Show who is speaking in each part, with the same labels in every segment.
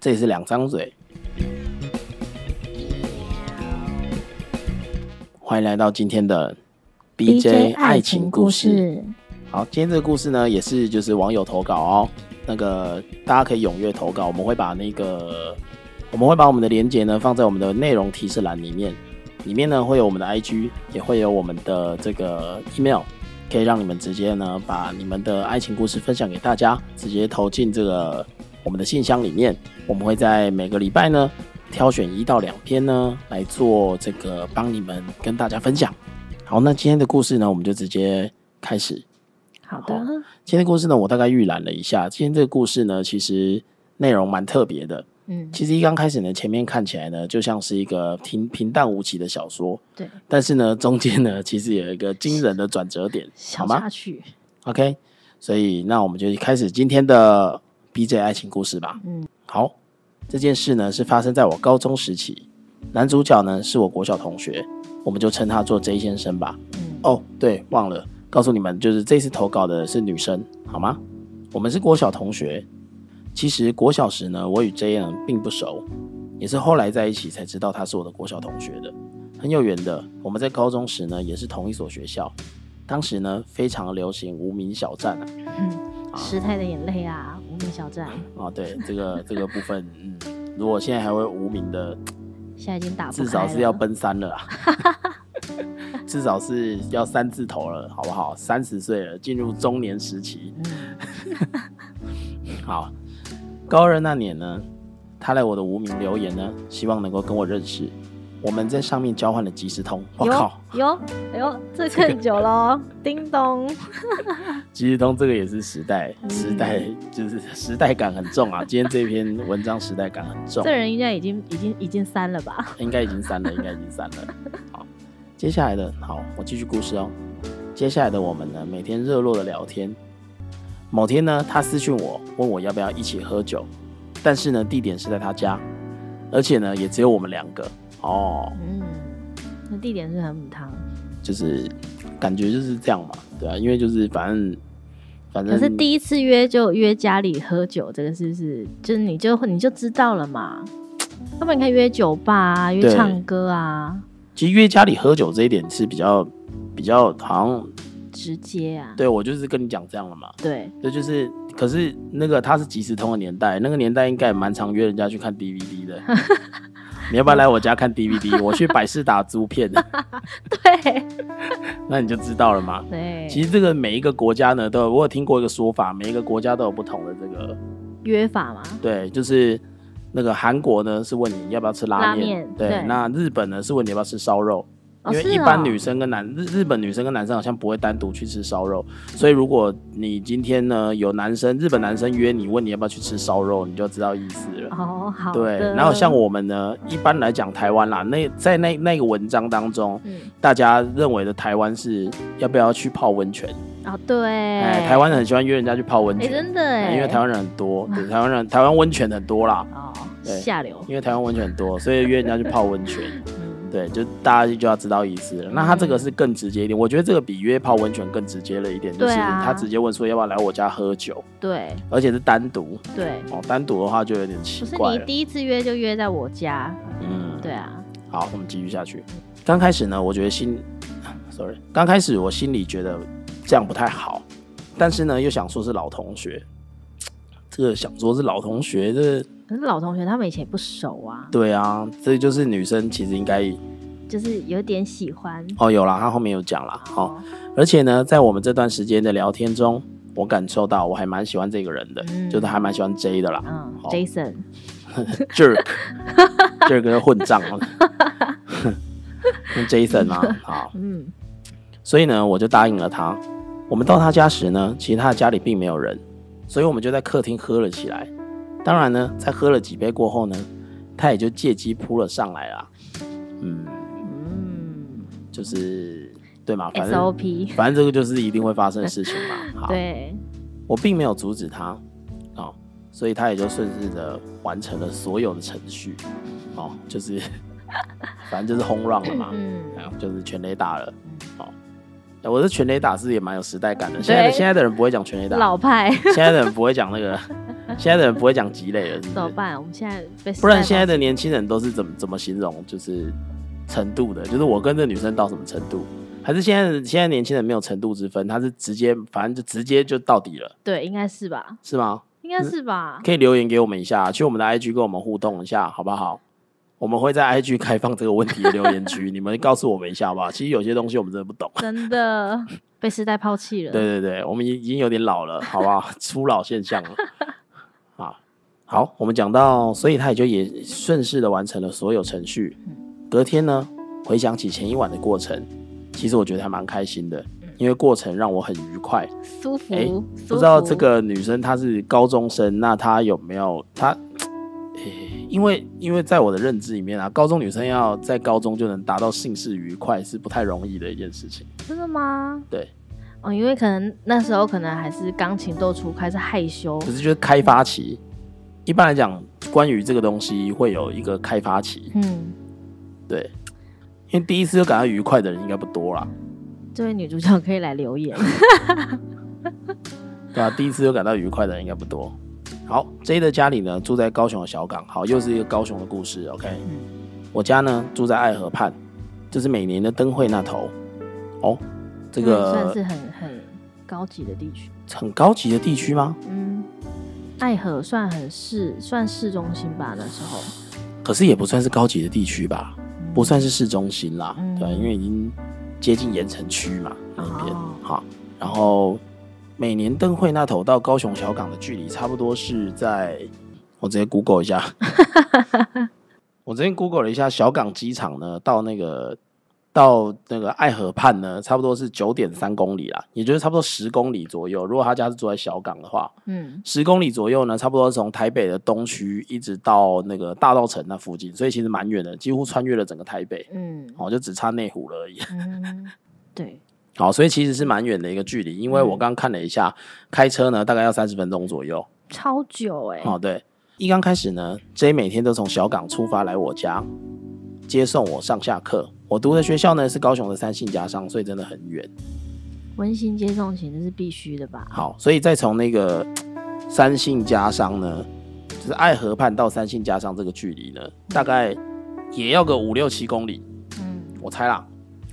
Speaker 1: 这也是两张嘴。欢迎来到今天的 BJ 爱情故事。，好，今天这个故事呢，也是就是网友投稿哦，那个大家可以踊跃投稿，我们会把那个我们会把我们的链接呢放在我们的内容提示栏里面，里面呢会有我们的 IG，也会有我们的这个 email，可以让你们直接呢把你们的爱情故事分享给大家，直接投进这个我们的信箱里面，我们会在每个礼拜呢挑选一到两篇呢来做这个帮你们跟大家分享。好，那今天的故事呢，我们就直接开始。
Speaker 2: 好的，
Speaker 1: 今天的故事呢，我大概预览了一下。今天这个故事呢，其实内容蛮特别的。
Speaker 2: 嗯，
Speaker 1: 其实一刚开始呢，前面看起来呢，就像是一个平平淡无奇的小说，
Speaker 2: 对，
Speaker 1: 但是呢，中间呢，其实有一个惊人的转折点，好
Speaker 2: 小
Speaker 1: 吗
Speaker 2: 插曲，
Speaker 1: ？OK，所以那我们就开始今天的 BJ 爱情故事吧。
Speaker 2: 嗯，
Speaker 1: 好，这件事呢是发生在我高中时期，男主角呢是我国小同学，我们就称他做 J 先生吧。
Speaker 2: 嗯，
Speaker 1: 哦，对，忘了告诉你们，就是这次投稿的是女生，好吗？我们是国小同学。其实国小时呢，我与 J N 并不熟，也是后来在一起才知道他是我的国小同学的，很有缘的。我们在高中时呢，也是同一所学校。当时呢，非常流行无名小站啊，
Speaker 2: 嗯时态的眼泪啊，无名小站，
Speaker 1: 啊对，这个这个部分，嗯，如果现在还会无名的，
Speaker 2: 现在已经打不开
Speaker 1: 至
Speaker 2: 了，
Speaker 1: 少是要奔三了啦， 至少是要三字头了，好不好？三十岁了，进入中年时期。
Speaker 2: 嗯，
Speaker 1: 好，高二那年呢，他来我的无名留言呢，希望能够跟我认识。我们在上面交换了即时通，我靠，
Speaker 2: 有有哎呦，这更久了哦，叮咚，
Speaker 1: 即时通这个也是时代，
Speaker 2: 嗯
Speaker 1: 时代就是时代感很重啊。今天这篇文章时代感很重
Speaker 2: 这，人应该已经已经已经删了吧？
Speaker 1: 应该已经删了，应该已经删了。好，接下来的好，我继续故事哦。接下来的我们呢，每天热络的聊天。某天呢，他私讯我，问我要不要一起喝酒，但是呢，地点是在他家，而且呢，也只有我们两个哦，
Speaker 2: 嗯，那地点是很母汤，
Speaker 1: 就是感觉就是这样嘛，对啊，因为就是反正反正
Speaker 2: 可是第一次约就约家里喝酒，这个是不是？就是你就你就知道了嘛？要不然你可以约酒吧啊，约
Speaker 1: 对
Speaker 2: 唱歌啊，
Speaker 1: 其实约家里喝酒这一点是比较比较好像
Speaker 2: 直接啊，
Speaker 1: 对我就是跟你讲这样了嘛，
Speaker 2: 对，
Speaker 1: 这就是，可是那个他是即时通的年代，那个年代应该也蛮常约人家去看 DVD 的。你要不要来我家看 DVD？我 去百事达租片，
Speaker 2: 对
Speaker 1: 那你就知道了嘛。
Speaker 2: 对，
Speaker 1: 其实这个每一个国家呢，都有我有听过一个说法，每一个国家都有不同的这个，
Speaker 2: 约法嘛，
Speaker 1: 对，就是那个韩国呢是问你要不要吃拉
Speaker 2: 拉
Speaker 1: 面，
Speaker 2: 面
Speaker 1: 对，
Speaker 2: 对
Speaker 1: 那日本呢是问你要不要吃烧肉，
Speaker 2: 哦
Speaker 1: 因为
Speaker 2: 是
Speaker 1: 一般
Speaker 2: 哦
Speaker 1: 女生跟男日日本女生跟男生好像不会单独去吃烧肉，所以如果你今天呢有男生日本男生约你问你要不要去吃烧肉，你就知道意思了。
Speaker 2: 哦，好
Speaker 1: 对，
Speaker 2: 的
Speaker 1: 然后像，我们呢，一般来讲台湾啦，那在那那个文章当中，
Speaker 2: 嗯，
Speaker 1: 大家认为的台湾是要不要去泡温泉？
Speaker 2: 哦，对，
Speaker 1: 哎，台湾人很喜欢约人家去泡温
Speaker 2: 哎、
Speaker 1: 泉，
Speaker 2: 真的哎，
Speaker 1: 哎因为台湾人很多，对，台湾人台湾温泉很多啦，
Speaker 2: 哦
Speaker 1: 对
Speaker 2: 下流，
Speaker 1: 因为台湾温泉很多，所以约人家去泡温泉。
Speaker 2: 嗯，
Speaker 1: 对，就大家就要知道意思了。那他这个
Speaker 2: 嗯
Speaker 1: 是更直接一点，我觉得这个比约泡温泉更直接了一点，就
Speaker 2: 对
Speaker 1: 是
Speaker 2: 啊
Speaker 1: 他直接问说要不要来我家喝酒，
Speaker 2: 对
Speaker 1: 而且是单独
Speaker 2: 对，
Speaker 1: 哦，单独的话就有点
Speaker 2: 不
Speaker 1: 奇
Speaker 2: 是
Speaker 1: 怪
Speaker 2: 你
Speaker 1: 了。
Speaker 2: 第一次约就约在我家，
Speaker 1: 嗯，
Speaker 2: 对。啊，
Speaker 1: 好，我们继续下去。刚开始呢，我觉得心，sorry，刚开始我心里觉得这样不太好，但是呢又想说是老同学，这个想说是老同学，这
Speaker 2: 可是老同学他们以前也不熟啊，
Speaker 1: 对啊，这就是女生其实应该
Speaker 2: 就是有点喜欢，
Speaker 1: 哦有啦，她后面有讲啦，好、哦。，而且呢，在我们这段时间的聊天中，我感受到我还蛮喜欢这个人的，
Speaker 2: 嗯
Speaker 1: 就是还蛮喜欢 J 的 啦
Speaker 2: 嗯
Speaker 1: 好
Speaker 2: ，Jason，
Speaker 1: ，Jerk，Jerk 就是混账哦 跟 Jason 嘛，好，
Speaker 2: 嗯
Speaker 1: 所以呢，我就答应了他。我们到他家时呢，其实他的家里并没有人，所以我们就在客厅喝了起来。当然呢，在喝了几杯过后呢，他也就借机扑了上来啦。嗯，
Speaker 2: 嗯
Speaker 1: 就是对嘛，反正
Speaker 2: ，SOP，
Speaker 1: 反正这个就是一定会发生的事情嘛。好，
Speaker 2: 对，
Speaker 1: 我并没有阻止他，哦，所以他也就顺势的完成了所有的程序，哦，就是 反正就是轰 run 了嘛，
Speaker 2: 嗯，
Speaker 1: 哎就是全垒打了
Speaker 2: 嗯，
Speaker 1: 哦，哎我的全垒打是也蛮有时代感的，现在的啊
Speaker 2: 对
Speaker 1: 现在的人不会讲全垒打，
Speaker 2: 老派，
Speaker 1: 现在的人不会讲那个现在的人不会讲鸡肋了，是不是
Speaker 2: 怎么办？我们现在被
Speaker 1: 不然现在的年轻人都是怎么怎么形容就是程度的？就是我跟这女生到什么程度？还是现在的现在年轻人没有程度之分，他是直接反正就直接就到底了，
Speaker 2: 对，应该是吧？
Speaker 1: 是吗？
Speaker 2: 应该是吧？
Speaker 1: 可以留言给我们一下，去我们的 IG 跟我们互动一下，好不好？我们会在 IG 开放这个问题的留言区，你们告诉我们一下，好不好？其实有些东西我们真的不懂。
Speaker 2: 真的被时代抛弃了。
Speaker 1: 对对对，我们已已经有点老了，好不好？ 初老现象了。啊，好，我们讲到，所以他也就也顺势的完成了所有程序。隔天呢，回想起前一晚的过程，其实我觉得还蛮开心的，因为过程让我很愉快。
Speaker 2: 舒服，
Speaker 1: 哎
Speaker 2: 舒
Speaker 1: 不知道
Speaker 2: 服
Speaker 1: 这个女生她是高中生，那她有没有她？诶因为因为在我的认知里面啊，高中女生要在高中就能达到性事愉快是不太容易的一件事情。
Speaker 2: 真的吗？
Speaker 1: 对，
Speaker 2: 哦，因为可能那时候可能还是刚情窦初开，是害羞
Speaker 1: 可，是就是开发期，一般来讲，关于这个东西会有一个开发期，
Speaker 2: 嗯，
Speaker 1: 对，因为第一次就感到愉快的人应该不多啦，
Speaker 2: 这位女主角可以来留言。
Speaker 1: 对吧、第一次就感到愉快的人应该不多。好，J 的家里呢住在高雄的小港，好，又是一个高雄的故事，OK。我
Speaker 2: 嗯
Speaker 1: 家呢住在爱河畔，就是每年的灯会那头。哦，这
Speaker 2: 嗯 算是
Speaker 1: 个
Speaker 2: 很很高级的地区。
Speaker 1: 很高级的地区吗？
Speaker 2: 嗯，爱河算很市，算市中心吧那时候。
Speaker 1: 可是也不算是高级的地区吧，
Speaker 2: 嗯
Speaker 1: 不算是市中心啦，
Speaker 2: 嗯
Speaker 1: 对，啊因为已经接近盐城区嘛那边
Speaker 2: 哦
Speaker 1: 哈、然后每年灯会那头到高雄小港的距离，差不多是在我直接 Google 一 下，我昨天 Google 了一下，小港机场呢到那个到那个爱河畔呢，差不多是九点三公里啦，也就是差不多十公里左右。如果他家是住在小港的话，
Speaker 2: 嗯，
Speaker 1: 十公里左右呢，差不多从台北的东区一直到那个大稻城那附近，所以其实蛮远的，几乎穿越了整个台北，
Speaker 2: 嗯
Speaker 1: 哦，就只差内湖了而已。
Speaker 2: 嗯，对，
Speaker 1: 好，所以其实是蛮远的一个距离，因为我
Speaker 2: 嗯
Speaker 1: 刚看了一下，开车呢大概要三十分钟左右。
Speaker 2: 超久哎、
Speaker 1: 哦，对，一刚开始呢，J 每天都从小港出发来我家，接送我上下课。我读的学校呢是高雄的三信家商，所以真的很远。
Speaker 2: 温馨接送型这是必须的吧？
Speaker 1: 好，所以再从那个三信家商呢，就是爱河畔到三信家商这个距离呢，大概也要个五六七公里，
Speaker 2: 嗯
Speaker 1: 我猜啦，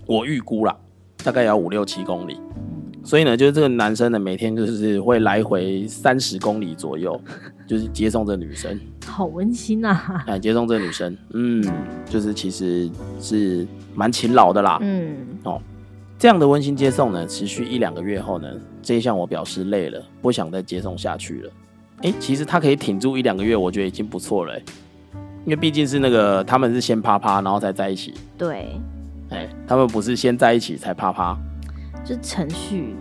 Speaker 1: 我预估啦，大概也要五六七公里。
Speaker 2: 嗯，
Speaker 1: 所以呢，就是这个男生呢，每天就是会来回三十公里左右，就是接送这女生。
Speaker 2: 好温馨啊！
Speaker 1: 哎，接送这个女生，嗯，就是其实是蛮勤劳的啦。
Speaker 2: 嗯，
Speaker 1: 这样的温馨接送呢，持续一两个月后呢，这一项我表示累了，不想再接送下去了。哎，其实他可以挺住一两个月，我觉得已经不错了、诶因为毕竟是那个他们是先啪啪，然后才在一起。
Speaker 2: 对，
Speaker 1: 哎，他们不是先在一起才啪啪，
Speaker 2: 就程序，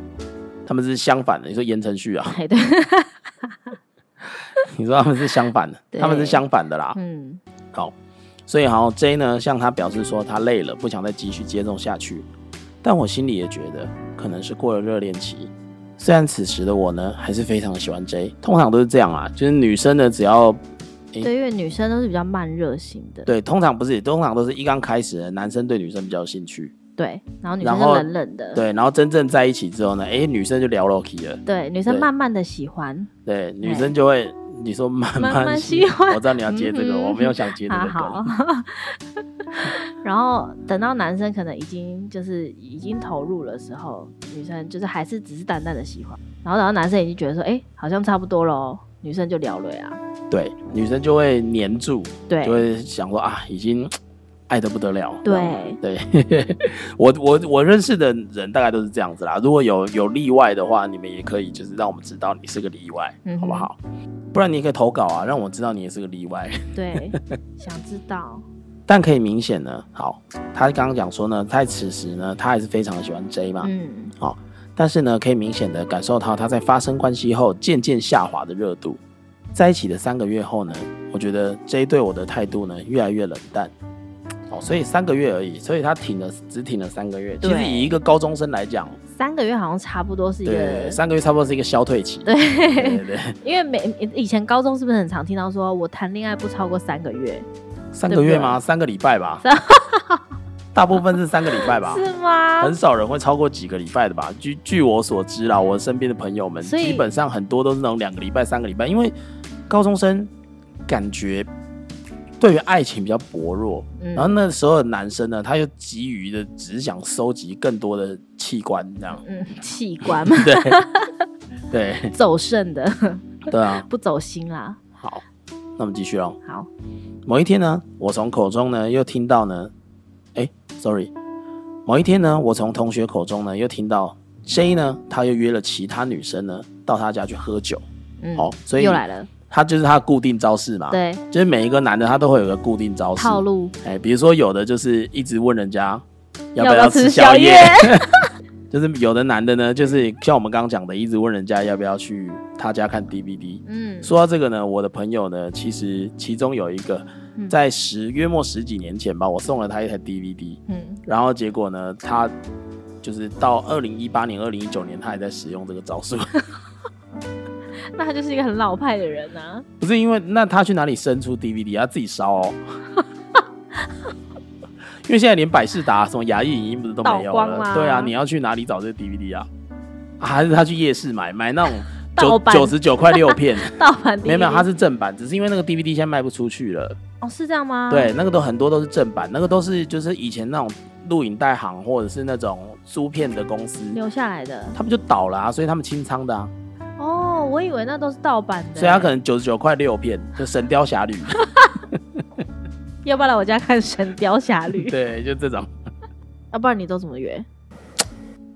Speaker 1: 他们是相反的。你说言承旭啊，
Speaker 2: 哎对，
Speaker 1: 你说他们是相反的，
Speaker 2: 对
Speaker 1: 他们是相反的啦。
Speaker 2: 嗯
Speaker 1: 好，所以好 J 呢向他表示说他累了，不想再继续接送下去。但我心里也觉得可能是过了热恋期。虽然此时的我呢还是非常喜欢 J，通常都是这样啊，就是女生呢只要诶
Speaker 2: 对，因为女生都是比较慢热型的，
Speaker 1: 对，通常不是，通常都是一刚开始呢男生对女生比较有兴趣，
Speaker 2: 对，然后女
Speaker 1: 然
Speaker 2: 生就
Speaker 1: 后
Speaker 2: 冷冷的，
Speaker 1: 对，然后真正在一起之后呢，诶，女生就聊 Loki 了，
Speaker 2: 对，女生
Speaker 1: 对
Speaker 2: 慢慢的喜欢，
Speaker 1: 对，女生就会。你说慢
Speaker 2: 慢慢
Speaker 1: 喜
Speaker 2: 喜欢
Speaker 1: 我知道你要接这个，
Speaker 2: 嗯哼
Speaker 1: 我没有想接这
Speaker 2: 啊
Speaker 1: 个梗。
Speaker 2: 好， 然后等到男生可能已经就是已经投入的时候，女生就是还是只是淡淡的喜欢，然后等到男生已经觉得说，哎、好像差不多了哦，女生就聊了呀，
Speaker 1: 对，女生就会黏住，
Speaker 2: 对
Speaker 1: 就会想说啊，已经爱得不得了。
Speaker 2: 对
Speaker 1: 对， 我我我认识的人大概都是这样子啦。如果有有例外的话，你们也可以就是让我们知道你是个例外，
Speaker 2: 嗯哼
Speaker 1: 好不好？不然你也可以投稿啊，让我知道你也是个例外。
Speaker 2: 对，想知道，
Speaker 1: 但可以明显呢，好，他刚刚讲说呢，在此时呢，他还是非常喜欢 J 嘛，
Speaker 2: 嗯
Speaker 1: 但是呢，可以明显的感受到他在发生关系后渐渐下滑的热度。在一起的三个月后呢，我觉得 J 对我的态度呢越来越冷淡。哦，所以三个月而已，所以他挺了，只挺了三个月。其
Speaker 2: 对
Speaker 1: 实以一个高中生来讲，
Speaker 2: 三个月好像差不多是一
Speaker 1: 对，
Speaker 2: 个，
Speaker 1: 三个月差不多是一个消退期。对对对，
Speaker 2: 因为每以前高中是不是很常听到说我谈恋爱不超过三个月，
Speaker 1: 三个月吗？三个礼拜 吧。大部分是三个礼拜吧，
Speaker 2: 是吗？
Speaker 1: 啊很少人会超过几个礼拜的吧？据据我所知啦，我身边的朋友们
Speaker 2: 所以
Speaker 1: 基本上很多都是那种两个礼拜、三个礼拜，因为高中生感觉对于爱情比较薄弱，
Speaker 2: 嗯
Speaker 1: 然后那时候的男生呢，他又急于的只想收集更多的器官，这样
Speaker 2: 嗯，器官嘛，
Speaker 1: 对对
Speaker 2: 走肾的，
Speaker 1: 对啊。
Speaker 2: 不走心啦。
Speaker 1: 好，那我们继续哦喽。
Speaker 2: 好，
Speaker 1: 某一天呢，我从口中呢又听到呢，哎，sorry，某一天呢，我从同学口中呢又听到 J 呢，他又约了其他女生呢到他家去喝酒，
Speaker 2: 嗯，
Speaker 1: 好所以啊
Speaker 2: 又来了，
Speaker 1: 他就是他的固定招式嘛。，
Speaker 2: 对，
Speaker 1: 就是每一个男的他都会有个固定招式
Speaker 2: 套路，
Speaker 1: 哎，比如说有的就是一直问人家要
Speaker 2: 不
Speaker 1: 不
Speaker 2: 要
Speaker 1: 吃
Speaker 2: 宵
Speaker 1: 夜， 就是有的男的呢，就是像我们刚刚讲的，一直问人家要不要去他家看 DVD。
Speaker 2: 嗯，
Speaker 1: 说到这个呢，我的朋友呢，其实其中有一个
Speaker 2: 嗯
Speaker 1: 在十约莫十几年前吧，我送了他一台 DVD，
Speaker 2: 嗯，
Speaker 1: 然后结果呢，他就是到二零一八年、二零一九年，他还在使用这个招数，
Speaker 2: 那他就是一个很老派的人啊。
Speaker 1: 不是因为那他去哪里生出 DVD？他自己烧哦。 因为现在连百事达、什么雅艺影音不是都没有
Speaker 2: 倒光
Speaker 1: 了？
Speaker 2: 啦
Speaker 1: 对啊，你要去哪里找这个 DVD 啊？啊还是他去夜市买买那种
Speaker 2: 盗
Speaker 1: 九
Speaker 2: 版
Speaker 1: 九十九块六 片？
Speaker 2: 盗版 DVD
Speaker 1: 没有没有，它是正版，只是因为那个 DVD 现在卖不出去了。
Speaker 2: 哦，是这样吗？
Speaker 1: 对，，那个都很多都是正版，那个都是就是以前那种录影带行或者是那种租片的公司，
Speaker 2: 留下来的。
Speaker 1: 他们就倒了啊，所以他们清仓的啊，
Speaker 2: 哦，我以为那都是盗版的，
Speaker 1: 所以他可能九十九块六片，就《神雕侠 侣》，
Speaker 2: 要不要来我家看《神雕侠侣》？ 啊
Speaker 1: 对，就这种。
Speaker 2: 要不然你都怎么约？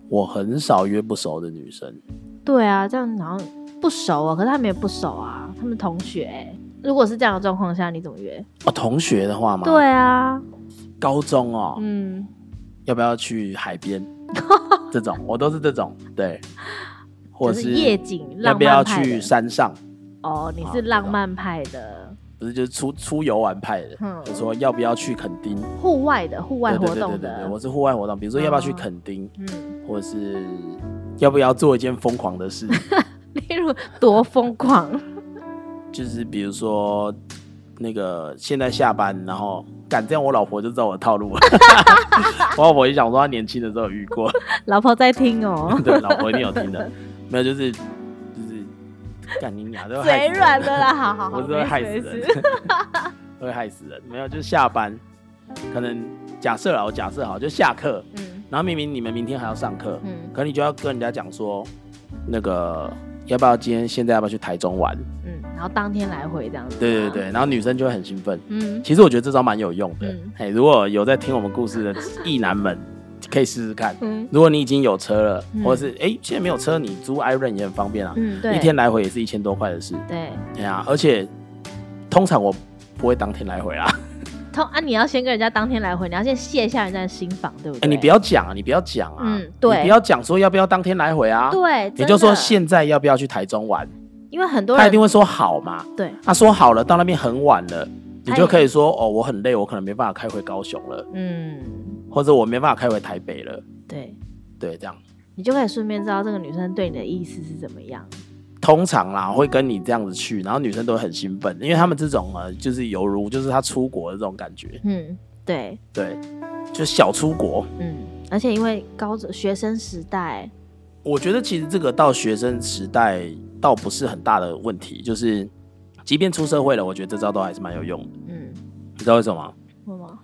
Speaker 1: 我很少约不熟的女生，
Speaker 2: 对啊，这样好像不熟啊，可是他们也不熟啊，他们同学欸、如果是这样的状况下，你怎么约？
Speaker 1: 哦，同学的话嘛，，
Speaker 2: 对啊，
Speaker 1: 高中哦，
Speaker 2: 嗯，
Speaker 1: 要不要去海 边？这种我都是这种，对，或
Speaker 2: 就
Speaker 1: 者
Speaker 2: 是夜景
Speaker 1: 要
Speaker 2: 浪
Speaker 1: 不要
Speaker 2: 漫派的
Speaker 1: 去山上？
Speaker 2: 哦，你
Speaker 1: 啊
Speaker 2: 是浪漫派的，
Speaker 1: 不是，就是出出游玩派的，
Speaker 2: 嗯
Speaker 1: 就说要不要去垦丁？
Speaker 2: 户外的，户外
Speaker 1: 对对
Speaker 2: 活
Speaker 1: 对
Speaker 2: 动
Speaker 1: 对对对，
Speaker 2: 的
Speaker 1: 我，是户外活动，比如说要不要去
Speaker 2: 哦
Speaker 1: 垦丁，
Speaker 2: 嗯，
Speaker 1: 或者是要不要做一件疯狂的 事，
Speaker 2: 例如多疯狂，
Speaker 1: 就是比如说那个现在下班，然后敢这样，我老婆就知道我的套 路了。我老婆也想说，她年轻的时候有遇过，
Speaker 2: 老婆在
Speaker 1: ，
Speaker 2: 听哦
Speaker 1: 对，老婆一定有听的，没有就是就是干你娘，都会害
Speaker 2: 嘴
Speaker 1: 死人
Speaker 2: 软的啦，好好 好，
Speaker 1: 我是会
Speaker 2: 没事
Speaker 1: 害死
Speaker 2: 没事
Speaker 1: 人， 都会害死人。没有，就是下班，可能假设啦，我假设好，就下课，
Speaker 2: 嗯
Speaker 1: 然后明明你们明天还要上课，
Speaker 2: 嗯
Speaker 1: 可你就要跟人家讲说，那个要不要今天现在要不要去台中玩？
Speaker 2: 嗯，然后当天来回这样子，
Speaker 1: 对对，对，然后女生就会很兴奋。
Speaker 2: 嗯，
Speaker 1: 其实我觉得这招蛮有用的
Speaker 2: 嗯。
Speaker 1: 哎、如果有在听我们故事的意男们，可以试试看。
Speaker 2: 嗯
Speaker 1: 如果你已经有车了，
Speaker 2: 嗯
Speaker 1: 或者是哎、现在没有车，你租 Iron 也很方便啊，
Speaker 2: 嗯，对，
Speaker 1: 一天来回也是一千多块的事。
Speaker 2: 对，
Speaker 1: 哎呀、而且通常我不会当天来 回啦。
Speaker 2: 通啊，你要先跟人家当天来回，你要先卸下人家的心房，对不
Speaker 1: 哎、
Speaker 2: 对？
Speaker 1: 你不要讲啊，你不要讲啊，
Speaker 2: 嗯对
Speaker 1: 你不要讲说要不要当天来回啊，
Speaker 2: 对，
Speaker 1: 你
Speaker 2: 真
Speaker 1: 就说
Speaker 2: 的，
Speaker 1: 现在要不要去台中玩，
Speaker 2: 因为很多
Speaker 1: 他一
Speaker 2: 人
Speaker 1: 定会说好嘛。
Speaker 2: 对，
Speaker 1: 他、说好了，到那边很晚了，你
Speaker 2: 哎
Speaker 1: 就可以说哦，我很累，我可能没办法开回高雄了，
Speaker 2: 嗯，
Speaker 1: 或者我没办法开回台北了，
Speaker 2: 对，
Speaker 1: 对，这样。
Speaker 2: 你就可以顺便知道这个女生对你的意思是怎么样。
Speaker 1: 通常啦，会跟你这样子去，然后女生都会很兴奋，因为他们这种呃，就是犹如就是他出国的这种感觉，
Speaker 2: 嗯，对，
Speaker 1: 对，就小出国。
Speaker 2: 嗯，而且因为高中学生时代，
Speaker 1: 我觉得其实这个到学生时代倒不是很大的问题，就是即便出社会了，我觉得这招都还是蛮有用的。
Speaker 2: 嗯，
Speaker 1: 你知道为什么吗？
Speaker 2: 什么？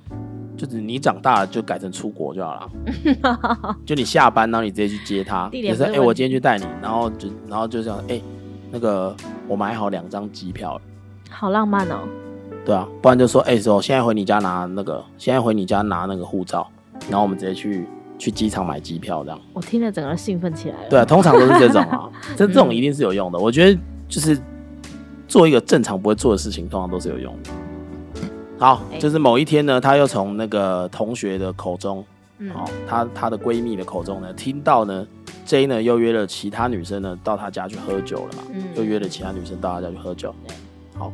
Speaker 1: 就是你长大了就改成出国就好 了，就你下班然后你直接去接他，
Speaker 2: 地
Speaker 1: 也
Speaker 2: 点
Speaker 1: 是
Speaker 2: 不是
Speaker 1: 哎、
Speaker 2: 问
Speaker 1: 我
Speaker 2: 题
Speaker 1: 今天去带你，然后就然后就这样哎、那个我买好两张机票了。
Speaker 2: 好浪漫哦。
Speaker 1: 对啊，不然就说，哎、欸，我现在回你家拿那个，现在回你家拿那个护照，然后我们直接去去机场买机票这样。
Speaker 2: 我听了整个人兴奋起来了。
Speaker 1: 对啊，通常都是这种 啊，这这种一定是有用的。我觉得就是做一个正常不会做的事情，通常都是有用的。好，
Speaker 2: 哎
Speaker 1: 就是某一天呢，她又从那个同学的口中，
Speaker 2: 嗯，
Speaker 1: 哦，她她的闺蜜的口中呢，听到呢，J 呢又约了其他女生呢到她家去喝酒了嘛，
Speaker 2: 嗯
Speaker 1: 又约了其他女生到她家去喝酒
Speaker 2: 对。
Speaker 1: 好，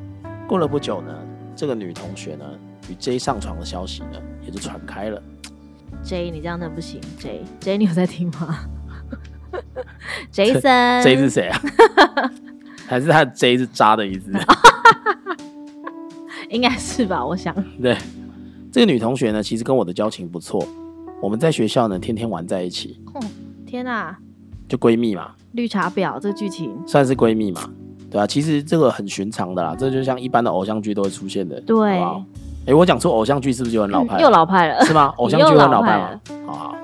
Speaker 1: 过了不久呢，这个女同学呢与 J 上床的消息呢也就传开了。
Speaker 2: J，你这样真的不行。J J，你有在听吗 ？Jason
Speaker 1: J 是谁啊？ 还是他的 J 是渣的意思？啊
Speaker 2: 应该是吧？我想，
Speaker 1: 对，这个女同学呢，其实跟我的交情不错，我们在学校呢天天玩在一起，
Speaker 2: 天啊，
Speaker 1: 就闺蜜嘛，
Speaker 2: 绿茶婊这个剧情，
Speaker 1: 算是闺蜜嘛。对啊，其实这个很寻常的啦，这就像一般的偶像剧都会出现的，好
Speaker 2: 对
Speaker 1: 不好哎、我讲出偶像剧是不是就很老派？
Speaker 2: 嗯又老派了，
Speaker 1: 是吗？ 偶像剧很老派吗？好好，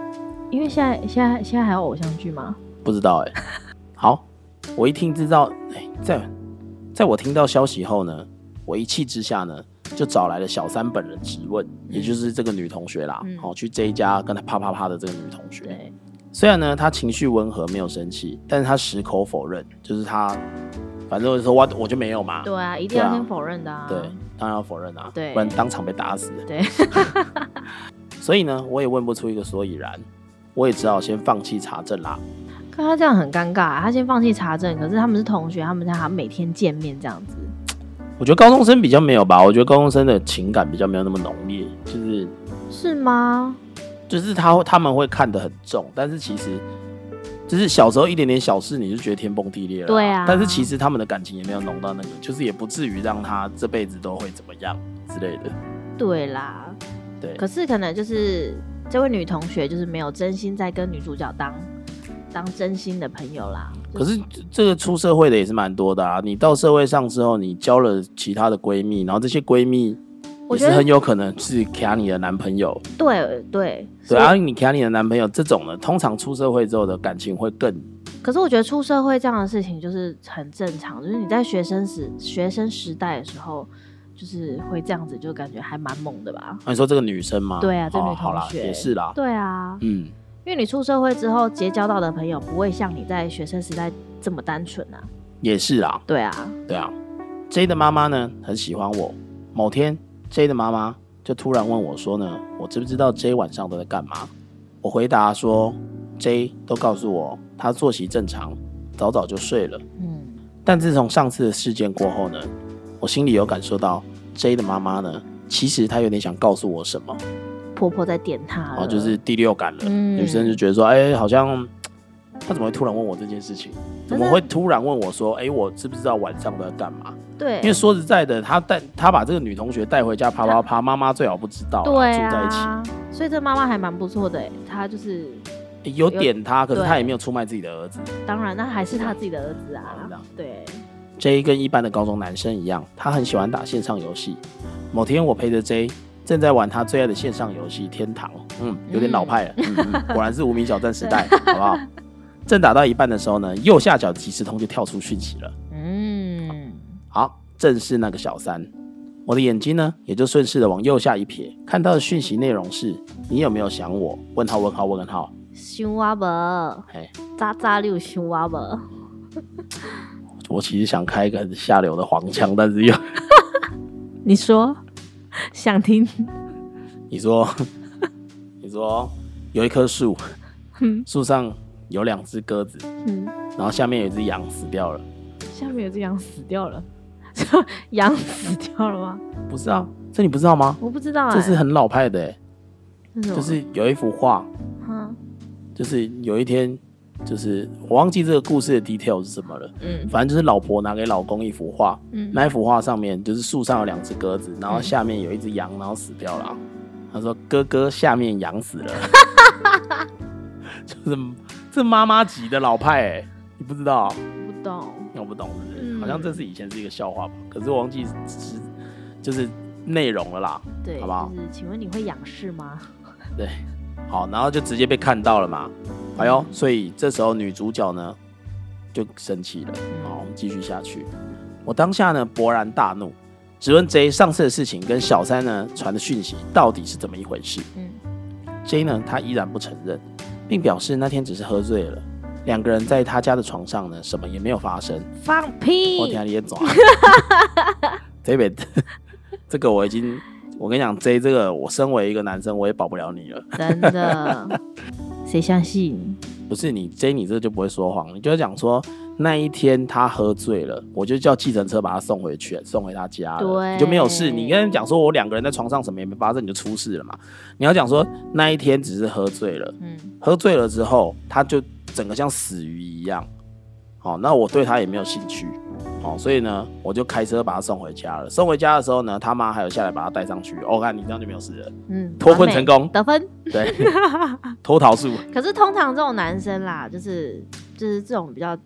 Speaker 2: 因为现在现在现在还有偶像剧吗？
Speaker 1: 不知道哎、好，我一听知道，哎、在在我听到消息后呢，我一气之下呢，就找来了小三本人质问，也就是这个女同学啦
Speaker 2: 嗯，
Speaker 1: 好、去这一家跟她啪啪啪的这个女同学。
Speaker 2: 对，
Speaker 1: 虽然呢，他情绪温和，没有生气，但是他矢口否认，就是他，反正我就说我我就没有嘛，
Speaker 2: 对啊，一
Speaker 1: 对
Speaker 2: 定要
Speaker 1: 啊
Speaker 2: 先否认的啊。
Speaker 1: 对，当然要否认啊，
Speaker 2: 对
Speaker 1: 不然当场被打死。
Speaker 2: 对，
Speaker 1: 所以呢，我也问不出一个所以然，我也只好先放弃查证啦。
Speaker 2: 可他这样很尴尬、啊，他先放弃查证，可是他们是同学，他们他每天见面这样子，
Speaker 1: 我觉得高中生比较没有吧，我觉得高中生的情感比较没有那么浓烈，就是
Speaker 2: 是吗？
Speaker 1: 就是他他们会看得很重，但是其实就是小时候一点点小事你就觉得天崩地裂了，
Speaker 2: 对啊
Speaker 1: 但是其实他们的感情也没有浓到那个，就是也不至于让他这辈子都会怎么样之类的。
Speaker 2: 对啦，
Speaker 1: 对，
Speaker 2: 可是可能就是这位女同学就是没有真心在跟女主角当当真心的朋友啦。
Speaker 1: 可是这这个出社会的也是蛮多的啊。你到社会上之后，你交了其他的闺蜜，然后这些闺蜜
Speaker 2: 我
Speaker 1: 也
Speaker 2: 觉
Speaker 1: 是
Speaker 2: 得
Speaker 1: 很有可能是卡你的男朋友。
Speaker 2: 对对，
Speaker 1: 对
Speaker 2: 所以
Speaker 1: 啊，你卡你的男朋友这种呢，通常出社会之后的感情会更
Speaker 2: 可是我觉得出社会这样的事情就是很正常，就是你在学生时学生时代的时候，就是会这样子，就感觉还蛮猛的吧？
Speaker 1: 啊你说这个女生嘛？
Speaker 2: 对啊这
Speaker 1: 哦
Speaker 2: 女
Speaker 1: 好啦
Speaker 2: 同，学
Speaker 1: 也是啦。
Speaker 2: 对啊，
Speaker 1: 嗯，
Speaker 2: 因为你出社会之后结交到的朋友不会像你在学生时代这么单纯啊。
Speaker 1: 也是啦。
Speaker 2: 对啊，
Speaker 1: 对啊，J 的妈妈呢很喜欢我。某天，J 的妈妈就突然问我说呢，我知不知道 J 晚上都在干嘛？我回答说，J 都告诉我他作息正常，早早就睡了。
Speaker 2: 嗯，
Speaker 1: 但自从上次的事件过后呢，我心里有感受到 J 的妈妈呢，其实她有点想告诉我什么，
Speaker 2: 婆婆在点她
Speaker 1: 然
Speaker 2: 了，
Speaker 1: 后哦就是第六感了。
Speaker 2: 嗯
Speaker 1: 女生就觉得说，哎、好像她怎么会突然问我这件事情？怎么会突然问我说，哎、我知不知道晚上都在干嘛？
Speaker 2: 对，
Speaker 1: 因为说实在的，她带她把这个女同学带回家啪啪啪，妈妈最好不知道啦，
Speaker 2: 对
Speaker 1: 住在一起。
Speaker 2: 啊，所以这妈妈还蛮不错的欸，她就是
Speaker 1: 有点她，可是
Speaker 2: 对
Speaker 1: 她也没有出卖自己的儿子。
Speaker 2: 当然那还是她自己的儿子
Speaker 1: 好这
Speaker 2: 啊
Speaker 1: 样，
Speaker 2: 对，
Speaker 1: J 跟一般的高中男生一样，他很喜欢打线上游戏。某天我陪着 J 正在玩他最爱的线上游戏《天堂》，嗯，有点老派了，嗯嗯，果然是无名小站时 代，好不好？正打到一半的时候呢，右下角即时通就跳出讯息了，
Speaker 2: 嗯，
Speaker 1: 好，正是那个小三。我的眼睛呢，也就顺势的往右下一瞥，看到的讯息内容是：你有没有想我？问号问号问号。
Speaker 2: 熊娃伯，
Speaker 1: 哎，
Speaker 2: 啊渣渣啊六熊娃伯，
Speaker 1: 我其实想开一个很下流的黄腔，但是又
Speaker 2: 你说想听？
Speaker 1: 你说，你说有一棵树，
Speaker 2: 嗯
Speaker 1: 树上有两只鸽子，
Speaker 2: 嗯，
Speaker 1: 然后下面有一只羊死掉了。
Speaker 2: 下面有只羊死掉了， 羊死掉了吗？
Speaker 1: 不是啊，这你不知道吗？
Speaker 2: 我不知道哎、
Speaker 1: 这是很老派的、欸，
Speaker 2: 这是什么
Speaker 1: 就是有一幅画，
Speaker 2: 嗯
Speaker 1: 就是有一天，就是我忘记这个故事的 detail 是什么了。
Speaker 2: 嗯
Speaker 1: 反正就是老婆拿给老公一幅画，
Speaker 2: 嗯
Speaker 1: 那一幅画上面就是树上有两只鸽子，然后
Speaker 2: 嗯
Speaker 1: 下面有一只羊，然后死掉了啊。他说：“哥哥，下面羊死 了。”就是这妈妈级的老派哎、你不知道啊、
Speaker 2: 不懂，
Speaker 1: 我不懂是不是？
Speaker 2: 嗯
Speaker 1: 好像这是以前是一个笑话吧，可是我忘记是就是内容了啦。
Speaker 2: 对，
Speaker 1: 好不好
Speaker 2: 就是请问你会仰视吗？
Speaker 1: 对，好，然后就直接被看到了嘛。哎呦，所以这时候女主角呢就生气了。好，我们继续下去。我当下呢勃然大怒，质问 J 上次的事情跟小三呢传的讯息到底是怎么一回事。
Speaker 2: 嗯
Speaker 1: J 呢，他依然不承认，并表示那天只是喝醉了。两个人在他家的床上呢，什么也没有发生。
Speaker 2: 放
Speaker 1: 我听
Speaker 2: 屁！
Speaker 1: 你也转，啊这边这个我已经，我跟你讲，J 这个，我身为一个男生，我也保不了你 了。
Speaker 2: 真的，谁相信？
Speaker 1: 不是你 J，你这个就不会说谎，你就讲说那一天他喝醉了，我就叫计程车把他送回去，送回他家了，
Speaker 2: 对
Speaker 1: 你就没有事。你跟人讲说我两个人在床上什么也没发生，你就出事了嘛。你要讲说那一天只是喝醉了，
Speaker 2: 嗯，
Speaker 1: 喝醉了之后，他就整个像死鱼一样。好、那我对他也没有兴趣，好、所以呢，我就开车把他送回家了。送回家的时候呢，他妈还有下来把他带上去。哦，看你这样就没有事了，
Speaker 2: 嗯，
Speaker 1: 脱困
Speaker 2: 完美
Speaker 1: 成功
Speaker 2: 得分。
Speaker 1: 对，脱逃术。
Speaker 2: 可是通常这种男生啦，就是就是这种比较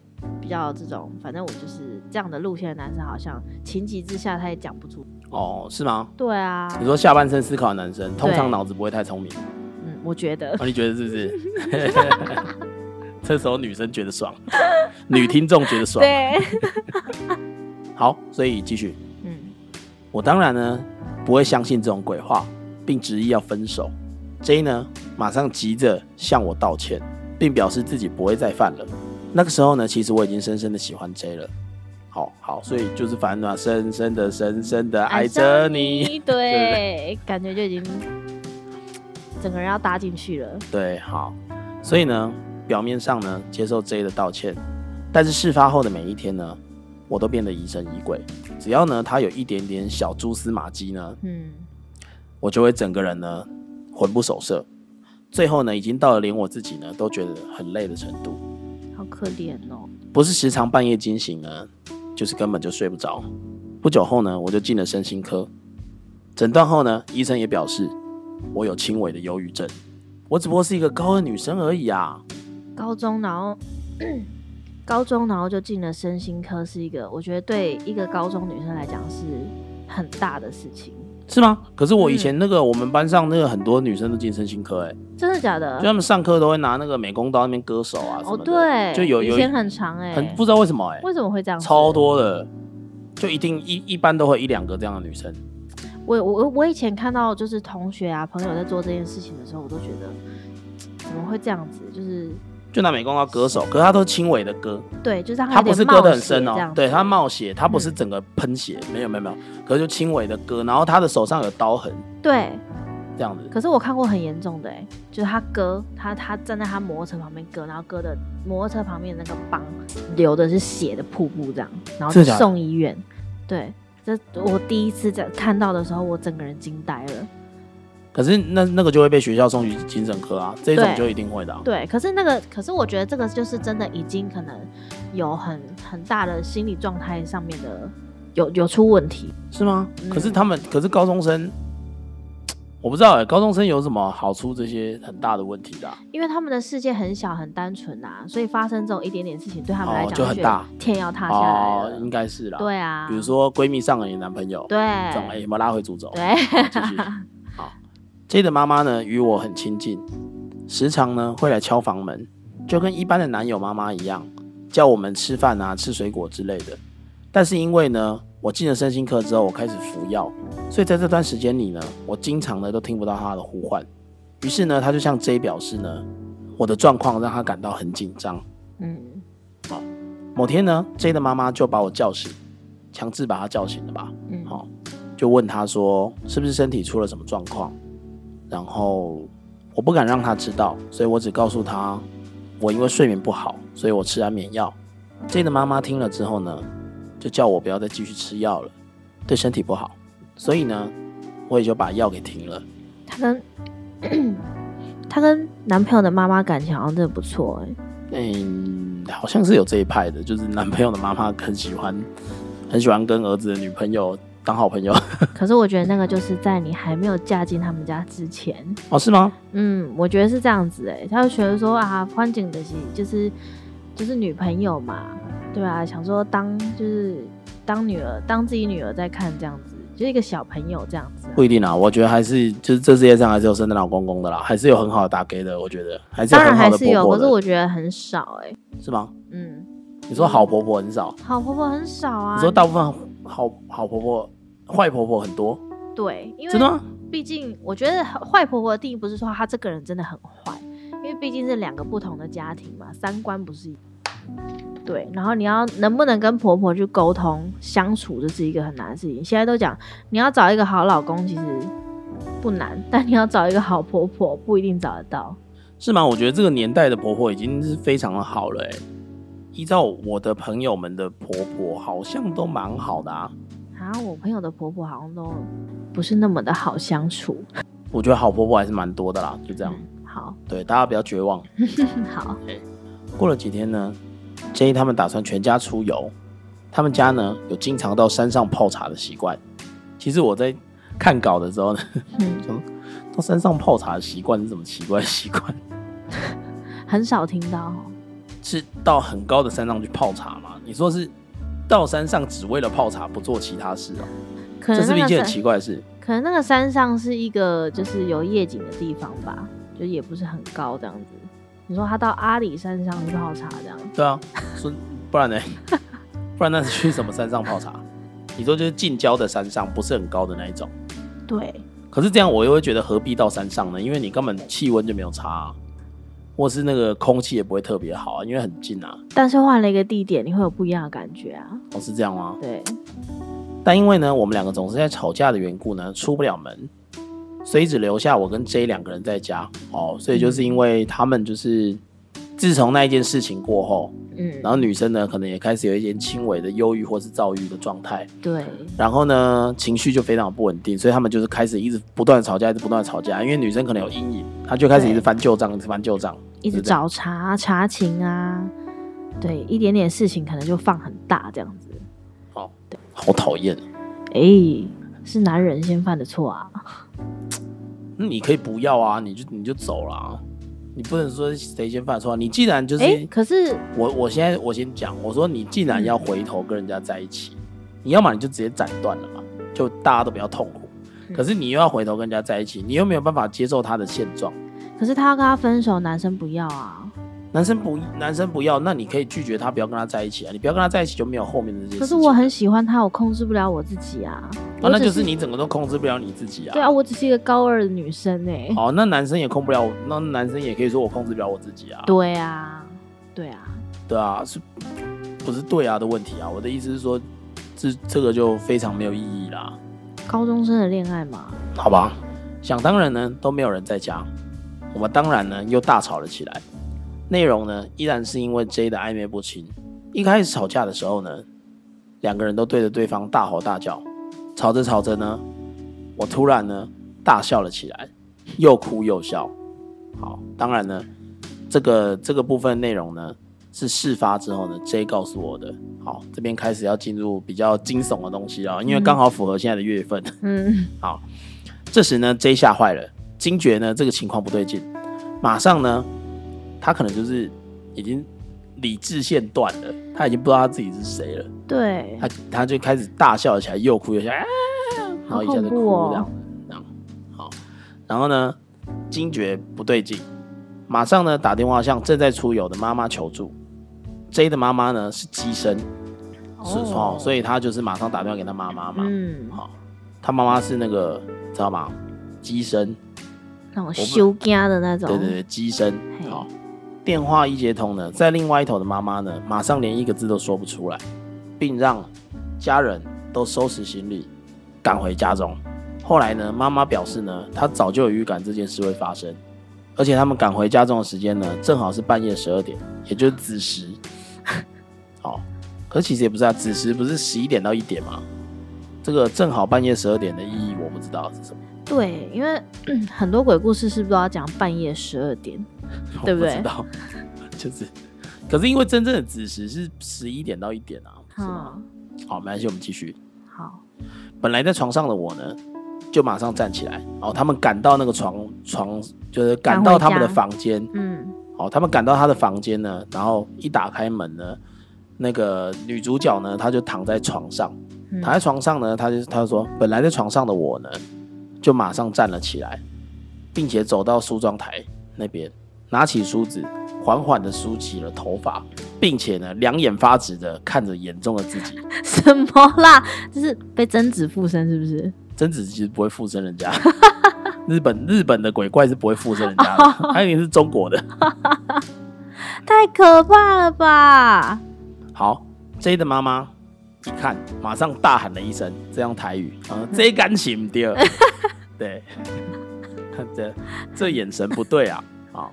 Speaker 2: 比较这种，反正我就是这样的路线的男生，好像情急之下他也讲不出。
Speaker 1: 哦，是吗？
Speaker 2: 对啊，
Speaker 1: 你说下半身思考的男生，通常
Speaker 2: 对
Speaker 1: 脑子不会太聪明。哦，
Speaker 2: 嗯，我觉得
Speaker 1: 你觉得是不 是？这时候女生觉得爽，女听众觉得爽。
Speaker 2: 对，
Speaker 1: 好，所以继续。
Speaker 2: 嗯，
Speaker 1: 我当然呢不会相信这种鬼话，并执意要分手。J 呢马上急着向我道歉，并表示自己不会再犯了。那个时候呢，其实我已经深深的喜欢 J 了。好好，所以就是反正啊，深深的、深深的爱着 你。，
Speaker 2: 对，感觉就已经整个人要搭进去了。
Speaker 1: 对，好。所以呢，表面上呢接受 J 的道歉，但是事发后的每一天呢，我都变得疑神疑鬼。只要呢他有一点点小蛛丝马迹呢，
Speaker 2: 嗯，
Speaker 1: 我就会整个人呢魂不守舍。最后呢，已经到了连我自己呢都觉得很累的程度，
Speaker 2: 好可怜哦。
Speaker 1: 不是时常半夜惊醒呢，就是根本就睡不着。不久后呢，我就进了身心科，诊断后呢，医生也表示我有轻微的忧郁症，我只不过是一个高二女生而已啊。
Speaker 2: 高中，然后 高中，然后就进了身心科，是一个我觉得对一个高中女生来讲是很大的事情。
Speaker 1: 是吗？可是我
Speaker 2: 嗯
Speaker 1: 以前那个、我们班上那个很多女生都进身心科、欸，哎，
Speaker 2: 真的假
Speaker 1: 就
Speaker 2: 的？
Speaker 1: 他们上课都会拿那个美工刀在那边割手啊什么
Speaker 2: 啊哦，
Speaker 1: 的，
Speaker 2: 对，
Speaker 1: 就有
Speaker 2: 以
Speaker 1: 有一
Speaker 2: 前很长哎、
Speaker 1: 很不知道为什么哎、
Speaker 2: 为什么会这样子？
Speaker 1: 超多的，就一定一一般都会一两个这样的女生。
Speaker 2: 我我我以前看到就是同学啊朋友在做这件事情的时候，我都觉得怎么会这样子？就是
Speaker 1: 就拿美工刀割手，可是他都是轻微的割，
Speaker 2: 对，就是让
Speaker 1: 他
Speaker 2: 啊有
Speaker 1: 不
Speaker 2: 点
Speaker 1: 是割
Speaker 2: 冒
Speaker 1: 的很
Speaker 2: 血
Speaker 1: 深
Speaker 2: 这
Speaker 1: 哦
Speaker 2: 样，
Speaker 1: 对
Speaker 2: 子
Speaker 1: 他冒血，他不是
Speaker 2: 嗯
Speaker 1: 整个喷血，没有没有没有，可是就轻微的割，然后他的手上有刀痕
Speaker 2: 对。
Speaker 1: 这样子，
Speaker 2: 可是我看过很严重的、欸，就是他割他他站在他摩托车旁边割，然后割的摩托车旁边的那个帮流的是血的瀑布这样，然后
Speaker 1: 真的假
Speaker 2: 就
Speaker 1: 的
Speaker 2: 送医院。对，这我第一次在看到的时候，我整个人惊呆了。
Speaker 1: 可是那那个就会被学校送去精神科啊，这种
Speaker 2: 对
Speaker 1: 就一定会的啊、
Speaker 2: 对，可是那个，可是我觉得这个就是真的已经可能有很很大的心理状态上面的有有出问题。
Speaker 1: 是吗？
Speaker 2: 嗯
Speaker 1: 可是他们，可是高中生，我不知道哎、高中生有什么好出这些很大的问题的啊、
Speaker 2: 因为他们的世界很小很单纯啊，所以发生这种一点点事情对他们
Speaker 1: 哦
Speaker 2: 来讲
Speaker 1: 就很
Speaker 2: 觉得
Speaker 1: 大哦
Speaker 2: 天要塌下来了。
Speaker 1: 应该是啦。、
Speaker 2: 对啊，
Speaker 1: 比如说闺蜜上了你男朋友，
Speaker 2: 对，
Speaker 1: 这种哎、有没有拉回主轴？
Speaker 2: 对，
Speaker 1: 继续。好，J 的妈妈呢与我很亲近，时常呢会来敲房门，就跟一般的男友妈妈一样，叫我们吃饭啊、吃水果之类的。但是因为呢，我进了身心科之后，我开始服药，所以在这段时间里呢，我经常呢都听不到她的呼唤。于是呢，她就向 J 表示呢，我的状况让她感到很紧张。
Speaker 2: 嗯，
Speaker 1: 某天呢，J 的妈妈就把我叫醒，强制把她叫醒了吧。
Speaker 2: 嗯，
Speaker 1: 好、就问他说是不是身体出了什么状况，然后我不敢让他知道，所以我只告诉他我因为睡眠不好，所以我吃安眠药。J 的妈妈听了之后呢，就叫我不要再继续吃药了，对身体不好，所以呢，我也就把药给停了。
Speaker 2: 她跟她跟男朋友的妈妈感情好像真的不错哎、
Speaker 1: 嗯，好像是有这一派的，就是男朋友的妈妈很喜欢，很喜欢跟儿子的女朋友当好朋友
Speaker 2: 可是我觉得那个就是在你还没有嫁进他们家之前，
Speaker 1: 哦，是吗？
Speaker 2: 嗯，我觉得是这样子哎、她就觉得说啊，欢景的是就是就是女朋友嘛，对啊，想说当就是当女儿当自己女儿在看这样子，就是一个小朋友这样子啊、
Speaker 1: 不一定啦，我觉得还是就是这世界上还是有圣诞老公公的啦，还是有很好的打给的，我觉得还是有
Speaker 2: 当然
Speaker 1: 很好
Speaker 2: 还
Speaker 1: 的
Speaker 2: 是
Speaker 1: 婆
Speaker 2: 有，
Speaker 1: 婆
Speaker 2: 可
Speaker 1: 的，
Speaker 2: 是我觉得很少哎、
Speaker 1: 是吗？
Speaker 2: 嗯，
Speaker 1: 你说好婆婆很少，
Speaker 2: 好婆婆很少啊，
Speaker 1: 你说大部分好好婆婆、坏婆婆很多，
Speaker 2: 对，因为
Speaker 1: 真的吗？
Speaker 2: 毕竟，我觉得坏婆婆的定义不是说她这个人真的很坏，因为毕竟是两个不同的家庭嘛，三观不是一。对，然后你要能不能跟婆婆去沟通相处，这是一个很难的事情。现在都讲你要找一个好老公其实不难，但你要找一个好婆婆不一定找得到。
Speaker 1: 是吗？我觉得这个年代的婆婆已经是非常的好了、欸，依照我的朋友们的婆婆好像都蛮好的啊，
Speaker 2: 啊，我朋友的婆婆好像都不是那么的好相处。
Speaker 1: 我觉得好婆婆还是蛮多的啦，就这样，
Speaker 2: 嗯好，
Speaker 1: 对大家不要绝望。
Speaker 2: 好，
Speaker 1: 过了几天呢，J 他们打算全家出游。他们家呢有经常到山上泡茶的习惯。其实我在看稿的时候呢，
Speaker 2: 嗯，
Speaker 1: 到山上泡茶的习惯是什么奇怪的习惯？
Speaker 2: 很少听到哦，
Speaker 1: 是到很高的山上去泡茶吗？你说是到山上只为了泡茶，不做其他事哦、
Speaker 2: 可
Speaker 1: 这
Speaker 2: 能
Speaker 1: 是不是一
Speaker 2: 那个
Speaker 1: 件
Speaker 2: 山
Speaker 1: 很奇怪的事？
Speaker 2: 可能那个山上是一个就是有夜景的地方吧，就也不是很高这样子。你说他到阿里山上去泡茶这样，
Speaker 1: 对啊，说不然呢？不然那是去什么山上泡茶？你说就是近郊的山上，不是很高的那一种。
Speaker 2: 对，
Speaker 1: 可是这样我又会觉得何必到山上呢？因为你根本气温就没有差、啊，或是那个空气也不会特别好啊，因为很近啊。
Speaker 2: 但是换了一个地点，你会有不一样的感觉啊。
Speaker 1: 哦，是这样吗？
Speaker 2: 对，
Speaker 1: 但因为呢，我们两个总是在吵架的缘故呢，出不了门，所以只留下我跟 J 两个人在家。哦，所以就是因为他们就是自从那一件事情过后，
Speaker 2: 嗯，
Speaker 1: 然后女生呢可能也开始有一点轻微的忧郁或是躁郁的状态，
Speaker 2: 对，
Speaker 1: 然后呢情绪就非常不稳定，所以他们就是开始一直不断的吵架，一直不断的吵架。因为女生可能有阴影，她就开始一直
Speaker 2: 对
Speaker 1: 翻旧账，一直翻旧账，
Speaker 2: 一直
Speaker 1: 是这样
Speaker 2: 找茬查情啊，对，一点点事情可能就放很大这样子。
Speaker 1: 好讨厌。
Speaker 2: 哎、是男人先犯的错啊。
Speaker 1: 那嗯你可以不要啊，你就你就走了、啊，你不能说谁先犯错啊。你既然就是、
Speaker 2: 哎、可是
Speaker 1: 我我现在我先讲，我说你既然要回头跟人家在一起，你要么你就直接斩断了嘛，就大家都比较痛苦。
Speaker 2: 嗯
Speaker 1: 可是你又要回头跟人家在一起，你又没有办法接受他的现状。
Speaker 2: 可是他要跟他分手，男生不要啊。
Speaker 1: 男生不男生不要，那你可以拒绝他，不要跟他在一起啊！你不要跟他在一起就没有后面的这些事情。
Speaker 2: 可是我很喜欢他，我控制不了我自己啊。
Speaker 1: 啊，
Speaker 2: 我
Speaker 1: 那
Speaker 2: 只
Speaker 1: 就是你整个都控制不了你自己啊。
Speaker 2: 对啊，我只是一个高二的女生哎、
Speaker 1: 哦，那男生也控不了我，那男生也可以说我控制不了我自己啊。
Speaker 2: 对啊，对啊，
Speaker 1: 对啊，是不是对啊的问题啊？我的意思是说，这这个就非常没有意义啦。
Speaker 2: 高中生的恋爱嘛，
Speaker 1: 好吧，想当然呢都没有人在家，我们当然呢又大吵了起来。内容呢依然是因为 J 的暧昧不清。一开始吵架的时候呢，两个人都对着对方大吼大叫，吵着吵着呢，我突然呢大笑了起来，又哭又笑。好，当然呢，这个这个部分内容呢是事发之后呢 J 告诉我的。好，这边开始要进入比较惊悚的东西啊，因为刚好符合现在的月份。
Speaker 2: 嗯，
Speaker 1: 这时呢，J 吓坏了，惊觉呢这个情况不对劲，马上呢，他可能就是已经理智线断了，他已经不知道他自己是谁了，
Speaker 2: 对，
Speaker 1: 他他就开始大笑起来，又哭又笑，啊、然后一下就
Speaker 2: 好恐怖
Speaker 1: 哭
Speaker 2: 哦
Speaker 1: 这样，这样好，然后呢，惊觉不对劲，马上呢打电话向正在出游的妈妈求助。J 的妈妈呢是机身，是哦，所
Speaker 2: 以
Speaker 1: 以啊他就是马上打电话给他妈妈嘛。
Speaker 2: 嗯，
Speaker 1: 好、他妈妈是那个知道吗？机身，
Speaker 2: 那种修家的那种，
Speaker 1: 对对对，机身
Speaker 2: 嘿。
Speaker 1: 好，电话一接通呢，在另外一头的妈妈呢，马上连一个字都说不出来，并让家人都收拾行李，赶回家中。后来呢，妈妈表示呢，她早就有预感这件事会发生，而且他们赶回家中的时间呢，正好是半夜十二点，也就是子时。 好，可是其实也不是啊，子时不是十一点到一点吗？这个正好半夜十二点的意义我不知道是什么，
Speaker 2: 对因为嗯很多鬼故事是不是都要讲半夜十二点？对不对
Speaker 1: 我知道， 就是，可是因为真正的子时是十一点到一点啊，是吗？
Speaker 2: 嗯，
Speaker 1: 好，没关系，我们继续。
Speaker 2: 好，
Speaker 1: 本来在床上的我呢，就马上站起来，哦，他们赶到那个床床，就是赶到他们的房间，
Speaker 2: 嗯，
Speaker 1: 哦，他们赶到他的房间呢，然后一打开门呢，那个女主角呢，她就躺在床上，
Speaker 2: 嗯
Speaker 1: 躺在床上呢，她就她就说，本来在床上的我呢，就马上站了起来，并且走到梳妆台那边，拿起梳子，缓缓的梳起了头发，并且呢，两眼发直的看着眼中的自己。
Speaker 2: 什么啦？就是被贞子附身是不是？
Speaker 1: 贞子其实不会附身人家，日本日本的鬼怪是不会附身人家的，他一定是中国的。
Speaker 2: 太可怕了吧！
Speaker 1: 好，J 的妈妈一看，马上大喊了一声，这样台语，啊、这敢行不对？对， 这这眼神不对啊！好，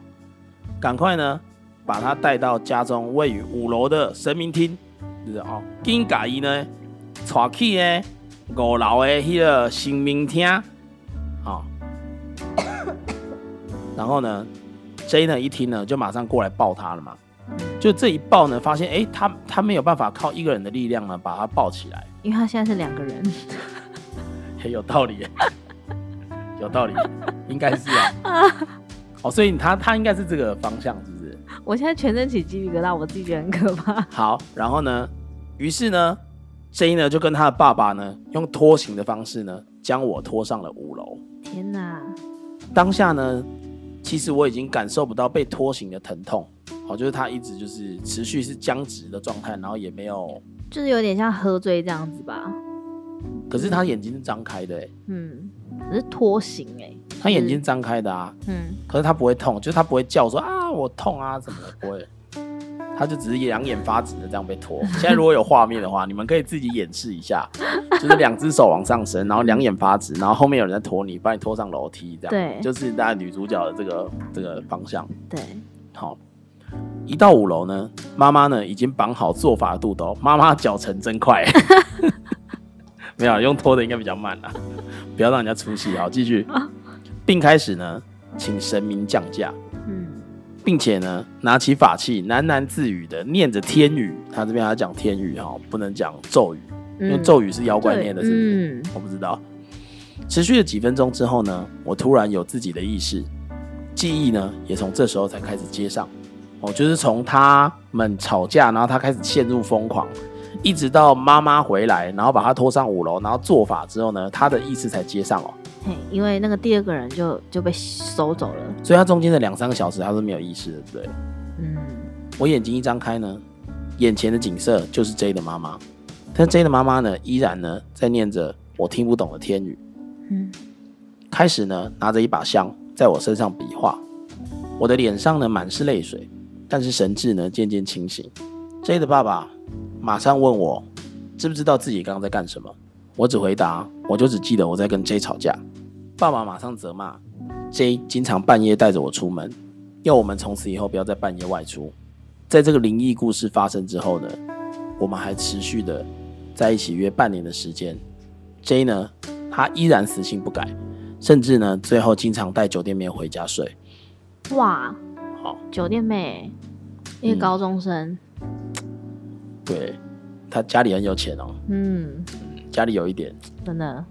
Speaker 1: 赶快呢，把他带到家中位于五楼的神明厅，就是哦，紧甲伊呢，带去呢五楼的迄个神明厅，好、然后呢，J 呢一听呢，就马上过来抱他了嘛。就这一抱呢，发现哎、诶他他没有办法靠一个人的力量呢把他抱起来，
Speaker 2: 因为他现在是两个人
Speaker 1: 很有道理 耶，有道理，应该是啊。哦，所以他他应该是这个方向，是不是？
Speaker 2: 我现在全身起鸡皮疙瘩，我自己觉得很可怕。
Speaker 1: 好，然后呢，于是呢，J 呢就跟他的爸爸呢，用拖行的方式呢，将我拖上了五楼。
Speaker 2: 天哪！
Speaker 1: 当下呢，其实我已经感受不到被拖行的疼痛，好，就是他一直就是持续是僵直的状态，然后也没有，
Speaker 2: 就是有点像喝醉这样子吧。
Speaker 1: 可是他眼睛是张开的、欸，
Speaker 2: 嗯，可是拖行哎、
Speaker 1: 他眼睛张开的啊，
Speaker 2: 嗯，
Speaker 1: 可是他不会痛，就是他不会叫说啊我痛啊怎么的，不会，他就只是两眼发直的这样被拖。现在如果有画面的话，你们可以自己演示一下，就是两只手往上伸，然后两眼发直，然后后面有人在拖你，把你拖上楼梯这样，
Speaker 2: 对
Speaker 1: 就是大概女主角的这个这个方向。
Speaker 2: 对，
Speaker 1: 好，一到五楼呢，妈妈呢已经绑好做法的肚兜，妈妈脚程真快， 没有用拖的应该比较慢啦，不要让人家出戏。好，继续，并开始呢，请神明降驾，
Speaker 2: 嗯，
Speaker 1: 并且呢拿起法器，喃喃自语的念着天语，他这边要讲天语哈，不能讲咒语，因为咒语是妖怪念的，是不是？
Speaker 2: 嗯
Speaker 1: 我不知道。持续了几分钟之后呢，我突然有自己的意识，记忆呢也从这时候才开始接上。哦，就是从他们吵架，然后他开始陷入疯狂，一直到妈妈回来，然后把他拖上五楼，然后做法之后呢，他的意识才接上哦。
Speaker 2: 嘿，因为那个第二个人就就被收走了，
Speaker 1: 所以他中间的两三个小时他是没有意识的，对不对。
Speaker 2: 嗯，
Speaker 1: 我眼睛一张开呢，眼前的景色就是 J 的妈妈，但 J 的妈妈呢，依然呢在念着我听不懂的天语。
Speaker 2: 嗯，
Speaker 1: 开始呢拿着一把香在我身上比划，我的脸上呢满是泪水，但是神志呢渐渐清醒。J 的爸爸马上问我知不知道自己刚刚在干什么，我只回答我就只记得我在跟 J 吵架。爸爸马上责骂 J 经常半夜带着我出门，要我们从此以后不要再半夜外出。在这个灵异故事发生之后呢，我们还持续的在一起约半年的时间。J 呢，他依然死性不改，甚至呢，最后经常带酒店妹回家睡。
Speaker 2: 哇，
Speaker 1: 好，
Speaker 2: 酒店妹，一
Speaker 1: 嗯
Speaker 2: 个高中生，
Speaker 1: 对，他家里很有钱哦，
Speaker 2: 嗯，
Speaker 1: 家里有一点。
Speaker 2: 真的，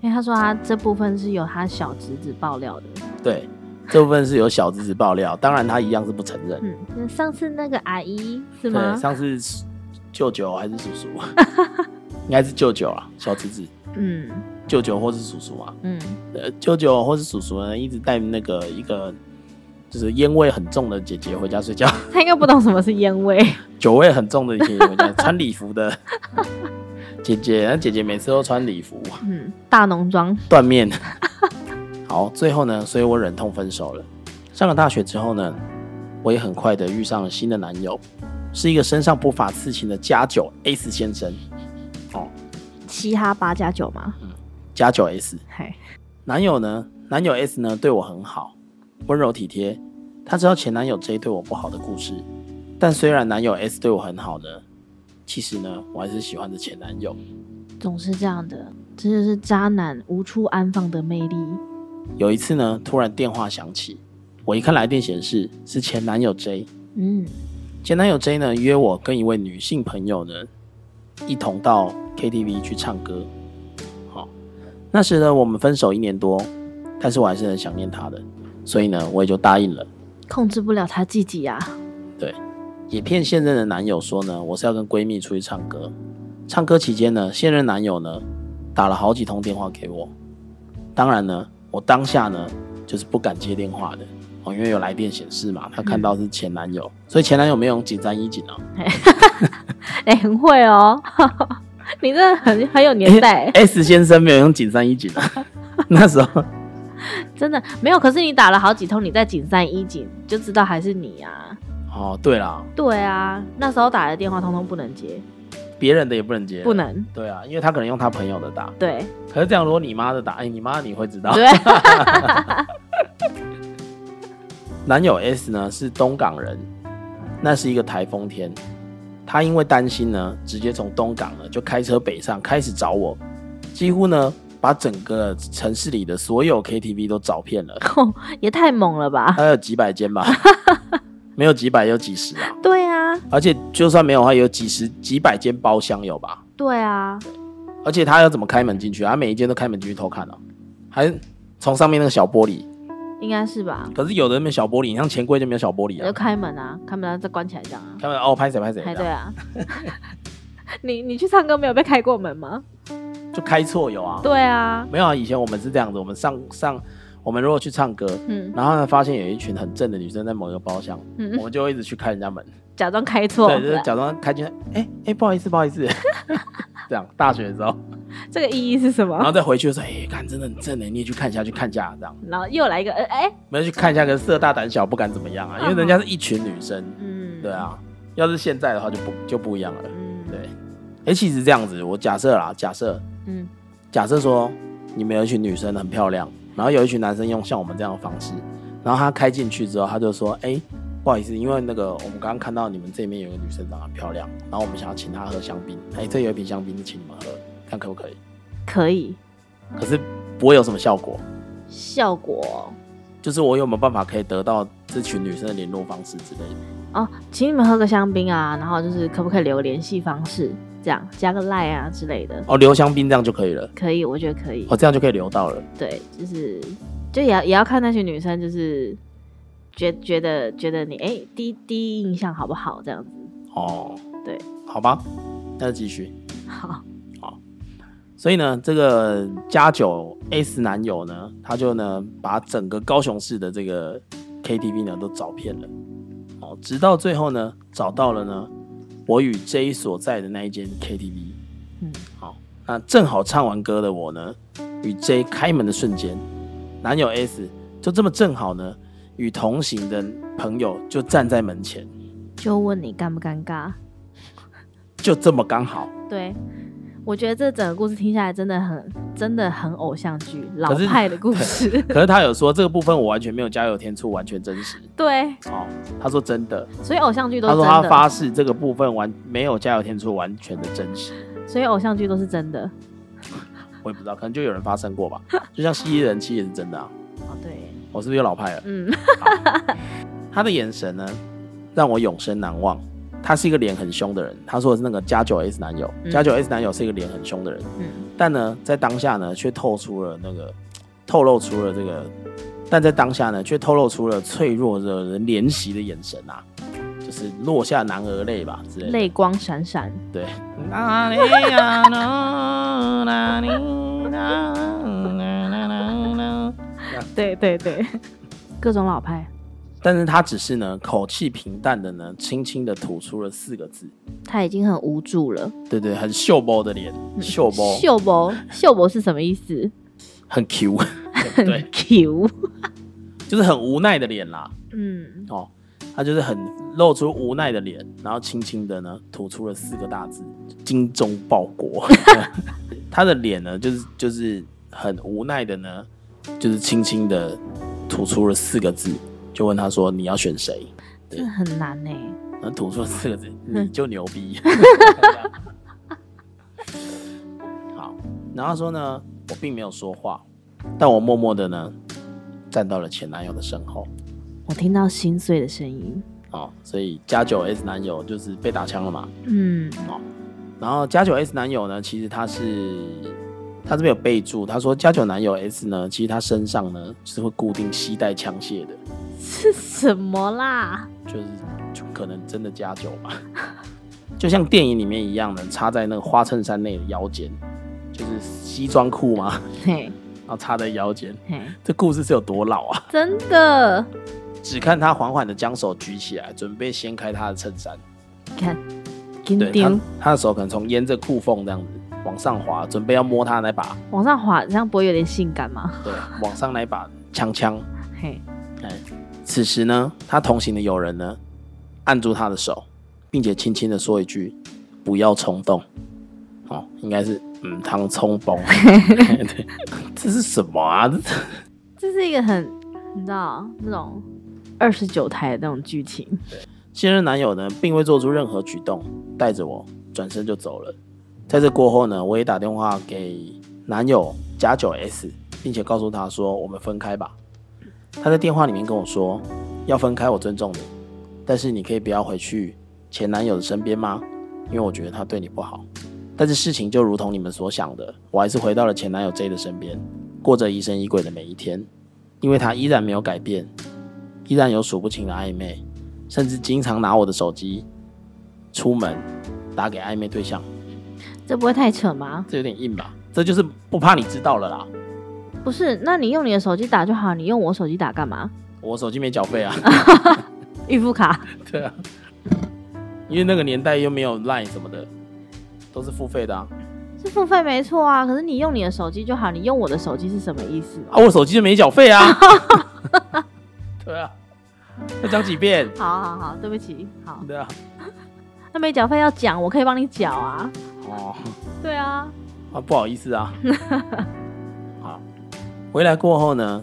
Speaker 2: 因为他说他这部分是由他小侄子爆料的，
Speaker 1: 对，这部分是有小侄子爆料，当然他一样是不承认。
Speaker 2: 嗯，那上次那个阿姨是
Speaker 1: 对，
Speaker 2: 吗？
Speaker 1: 上次是舅舅还是叔叔？ 应该是舅舅啊，小侄子，
Speaker 2: 嗯
Speaker 1: 舅舅或是叔叔啊。
Speaker 2: 嗯，
Speaker 1: 呃，舅舅或是叔叔呢，一直带那个一个就是烟味很重的姐姐回家睡觉，
Speaker 2: 他应该不懂什么是烟味，
Speaker 1: 酒味很重的姐姐回家，穿礼服的 姐姐，那姐姐每次都穿礼服，
Speaker 2: 嗯，大浓妆，
Speaker 1: 断面。 好，最后呢，所以我忍痛分手了。上了大学之后呢，我也很快的遇上了新的男友，是一个身上不乏刺青的加九 S 先生。哦，
Speaker 2: 嘻哈八加九嘛，
Speaker 1: 加九 S，
Speaker 2: 嘿，
Speaker 1: 男友呢，男友 S 呢对我很好，温柔体贴。他知道前男友 J 对我不好的故事，但虽然男友 S 对我很好呢，其实呢，我还是喜欢着前男友。
Speaker 2: 总是这样的，这就是渣男无处安放的魅力。
Speaker 1: 有一次呢，突然电话响起，我一看来电显示是前男友 J，
Speaker 2: 嗯，
Speaker 1: 前男友 J 呢约我跟一位女性朋友呢，一同到 KTV 去唱歌。好，那时呢我们分手一年多，但是我还是很想念他的，所以呢我也就答应了。
Speaker 2: 控制不了他自己啊呀、
Speaker 1: 也骗现任的男友说呢，我是要跟闺蜜出去唱歌。唱歌期间呢，现任男友呢打了好几通电话给我，当然呢，我当下呢就是不敢接电话的哦，因为有来电显示嘛，他看到是前男友，所以前男友没有用紧张衣锦啊。
Speaker 2: 哎、很会哦， 你真的很很有年代，
Speaker 1: 哎 S 先生没有用紧三一紧 啊，那时候
Speaker 2: 真的没有。可是你打了好几通，你在景山一景就知道还是你啊。
Speaker 1: 哦，对啦，
Speaker 2: 对啊，那时候打的电话通通不能接，
Speaker 1: 别人的也不能接，
Speaker 2: 不。能。
Speaker 1: 对啊，因为他可能用他朋友的打，
Speaker 2: 对
Speaker 1: 可是这样如果你妈的打，哎、你妈你会知道。
Speaker 2: 对，
Speaker 1: 男友 S 呢是东港人，那是一个台风天，他因为担心呢，直接从东港呢就开车北上，开始找我，几乎呢把整个城市里的所有 KTV 都找 遍了，
Speaker 2: 也太猛了吧？
Speaker 1: 还有几百 间吧，没有几百有几十啊，
Speaker 2: 对啊，
Speaker 1: 而且就算没有的话，也有几十几百间包厢有吧，
Speaker 2: 对啊，
Speaker 1: 而且他要怎么开门进去啊？他每一间都开门进去偷看哦、还从上面那个小玻璃
Speaker 2: 应该是吧？
Speaker 1: 可是有的人没有小玻璃，你像钱柜就没有小玻璃
Speaker 2: 你就
Speaker 1: 啊。
Speaker 2: 开门啊，开门、啊、再关起来这样啊。
Speaker 1: 他们哦，拍谁拍谁，
Speaker 2: 哎，对啊。 你你去唱歌没有被开过门吗？
Speaker 1: 就开错有啊。
Speaker 2: 对啊，
Speaker 1: 没有啊，以前我们是这样子，我们上上我们如果去唱歌，
Speaker 2: 嗯
Speaker 1: 然后呢发现有一群很正的女生在某一个包厢，我
Speaker 2: 嗯，
Speaker 1: 们就会一直去开人家门，
Speaker 2: 假装开错，
Speaker 1: 对，就是假装开进来，哎、哎、不好意思不好意思， 这样大学的时候，
Speaker 2: 这个意义是什
Speaker 1: 然
Speaker 2: 么？
Speaker 1: 后再回去的时候，哎、看真的很正哎，你也去看一下去看一下这样，
Speaker 2: 然后又来一个，呃哎，
Speaker 1: 没有去看一下，可是色大胆小不敢怎么样啊，因为人家是一群女生，
Speaker 2: 嗯，
Speaker 1: 对，啊，要是现在的话就不就不一样了，
Speaker 2: 嗯，
Speaker 1: 对，，哎、其实这样子，我假设啦，假设
Speaker 2: 嗯，
Speaker 1: 假设说你们有一群女生很漂亮，然后有一群男生用像我们这样的方式，然后他开进去之后，他就说：“哎、不好意思，因为那个我们刚刚看到你们这边有个女生长得很漂亮，然后我们想要请她喝香槟，哎、这有一瓶香槟，请你们喝，看可不可以
Speaker 2: 可以，？”
Speaker 1: 可是不会有什么效果，
Speaker 2: 效果
Speaker 1: 就是我有没有办法可以得到这群女生的联络方式之类的？
Speaker 2: 哦，请你们喝个香槟啊，然后就是可不可以留联系方式，这样加个赖啊之类的，
Speaker 1: 哦，留香槟这样就可以了，
Speaker 2: 可以，我觉得可以
Speaker 1: 哦，，这样就可以留到了。
Speaker 2: 对，就是就也要也要看那群女生，就是觉觉得觉得你哎、第一第一印象好不好这样子，
Speaker 1: 哦，
Speaker 2: 对，
Speaker 1: 好吧，那就继续。
Speaker 2: 好，
Speaker 1: 所以呢，这个加九 S 男友呢，他就呢把整个高雄市的这个 KTV 呢都找遍了，哦，直到最后呢找到了呢我与 J 所在的那一间 KTV，
Speaker 2: 嗯，
Speaker 1: 好、那正好唱完歌的我呢，与 J 开门的瞬间，男友 S 就这么正好呢与同行的朋友就站在门前，
Speaker 2: 就问你尴不尴尬？
Speaker 1: 就这么刚好，
Speaker 2: 对，我觉得这整个故事听下来真的很真的很偶像剧，老
Speaker 1: 是
Speaker 2: 派的故事。
Speaker 1: 可是他有说这个部分我完全没有加油添醋，完全真实
Speaker 2: 对，
Speaker 1: 哦，他说真的。
Speaker 2: 所以偶像剧都
Speaker 1: 他
Speaker 2: 是
Speaker 1: 说
Speaker 2: 真
Speaker 1: 他
Speaker 2: 的，
Speaker 1: 发誓这个部分完没有加油添醋，完全的真实。
Speaker 2: 所以偶像剧都是真的。
Speaker 1: 我也不知道，可能就有人发生过 吧。就像蜥蜴人妻也是真的啊，
Speaker 2: 哦，对，
Speaker 1: 我是不是又老派了？
Speaker 2: 嗯，
Speaker 1: 他的眼神呢，让我永生难忘。他是一个脸很凶的人，他说的是那个加九 S 男友，
Speaker 2: 嗯
Speaker 1: 加九 S 男友是一个脸很凶的人，
Speaker 2: 嗯
Speaker 1: 但呢，在当下呢，却透出了那个透露出了这个，但在当下呢，却透露出了脆弱惹人怜惜的眼神啊，就是落下男儿泪吧之类的。
Speaker 2: 泪光闪闪，
Speaker 1: 对。
Speaker 2: 对对对， 各种老派，
Speaker 1: 但是他只是呢，口气平淡的呢，轻轻的吐出了四个字，
Speaker 2: 他已经很无助了。
Speaker 1: 对对，很秀波的脸，秀波，
Speaker 2: 秀博，秀博是什么意思？
Speaker 1: 很 Q，对，
Speaker 2: 很 Q。
Speaker 1: 就是很无奈的脸啦，
Speaker 2: 嗯，
Speaker 1: 哦，他就是很露出无奈的脸，然后轻轻的呢，吐出了四个大字：精忠报国。他的脸呢，就是就是很无奈的呢，就是轻轻的吐出了四个字，就问他说：“你要选谁？”对
Speaker 2: 这很难呢、
Speaker 1: 然后吐出了四个字：“
Speaker 2: 嗯
Speaker 1: 你就牛逼。”好，然后他说呢，我并没有说话，但我默默的呢，站到了前男友的身后。
Speaker 2: 我听到心碎的声音。
Speaker 1: 哦，所以加九 S 男友就是被打枪了嘛。
Speaker 2: 嗯，
Speaker 1: 然后加九 S 男友呢，其实他是他这边有备注，他说加九男友 S 呢，其实他身上呢是会固定携带枪械的，
Speaker 2: 是什么啦？
Speaker 1: 就是就可能真的加九吧， 就像电影里面一样的，插在那个花衬衫内的腰间，就是西装裤嘛，
Speaker 2: 嘿，
Speaker 1: 然后插在腰间。
Speaker 2: 嘿，
Speaker 1: 这故事是有多老啊？
Speaker 2: 真的，
Speaker 1: 只看他缓缓的将手举起来，准备掀开他的衬衫。
Speaker 2: 看，紧
Speaker 1: 对他
Speaker 2: 张，，
Speaker 1: 他的手可能从沿着裤缝这样子往上滑，准备要摸他那把，
Speaker 2: 往上滑，这样不会有点性感吗？
Speaker 1: 对，往上那把枪枪。
Speaker 2: 嘿，
Speaker 1: 哎，此时呢，他同行的友人呢，按住他的手，并且轻轻的说一句：“不要冲动。”哦，应该是嗯，唐冲崩。 对，这是什么啊？这
Speaker 2: 这是一个很，你知道那种二十九台的那种剧情。
Speaker 1: 现任男友呢，并未做出任何举动，带着我转身就走了。在这过后呢，我也打电话给男友加九 S，并且告诉他说我们分开吧。他在电话里面跟我说要分开，我尊重你，但是你可以不要回去前男友的身边吗？因为我觉得他对你不好。但是事情就如同你们所想的，我还是回到了前男友 J 的身边，过着疑神疑鬼的每一天。因为他依然没有改变，依然有数不清的暧昧，甚至经常拿我的手机出门打给暧昧对象，
Speaker 2: 这不会太扯吗？
Speaker 1: 这有点硬吧？这就是不怕你知道了啦。
Speaker 2: 不是，那你用你的手机打就好，你用我手机打干嘛？
Speaker 1: 我手机没缴费啊，
Speaker 2: 预付卡。
Speaker 1: 对啊，因为那个年代又没有 Line 什么的，都是付费的啊。
Speaker 2: 是付费没错啊，可是你用你的手机就好，你用我的手机是什么意思？
Speaker 1: 啊，我手机就没缴费啊。 对啊，要讲几遍？
Speaker 2: 好好好，对不起，好，
Speaker 1: 对啊，
Speaker 2: 那没缴费要讲，我可以帮你缴啊。
Speaker 1: 哦，
Speaker 2: 对啊，
Speaker 1: 啊，不好意思啊。 好，回来过后呢，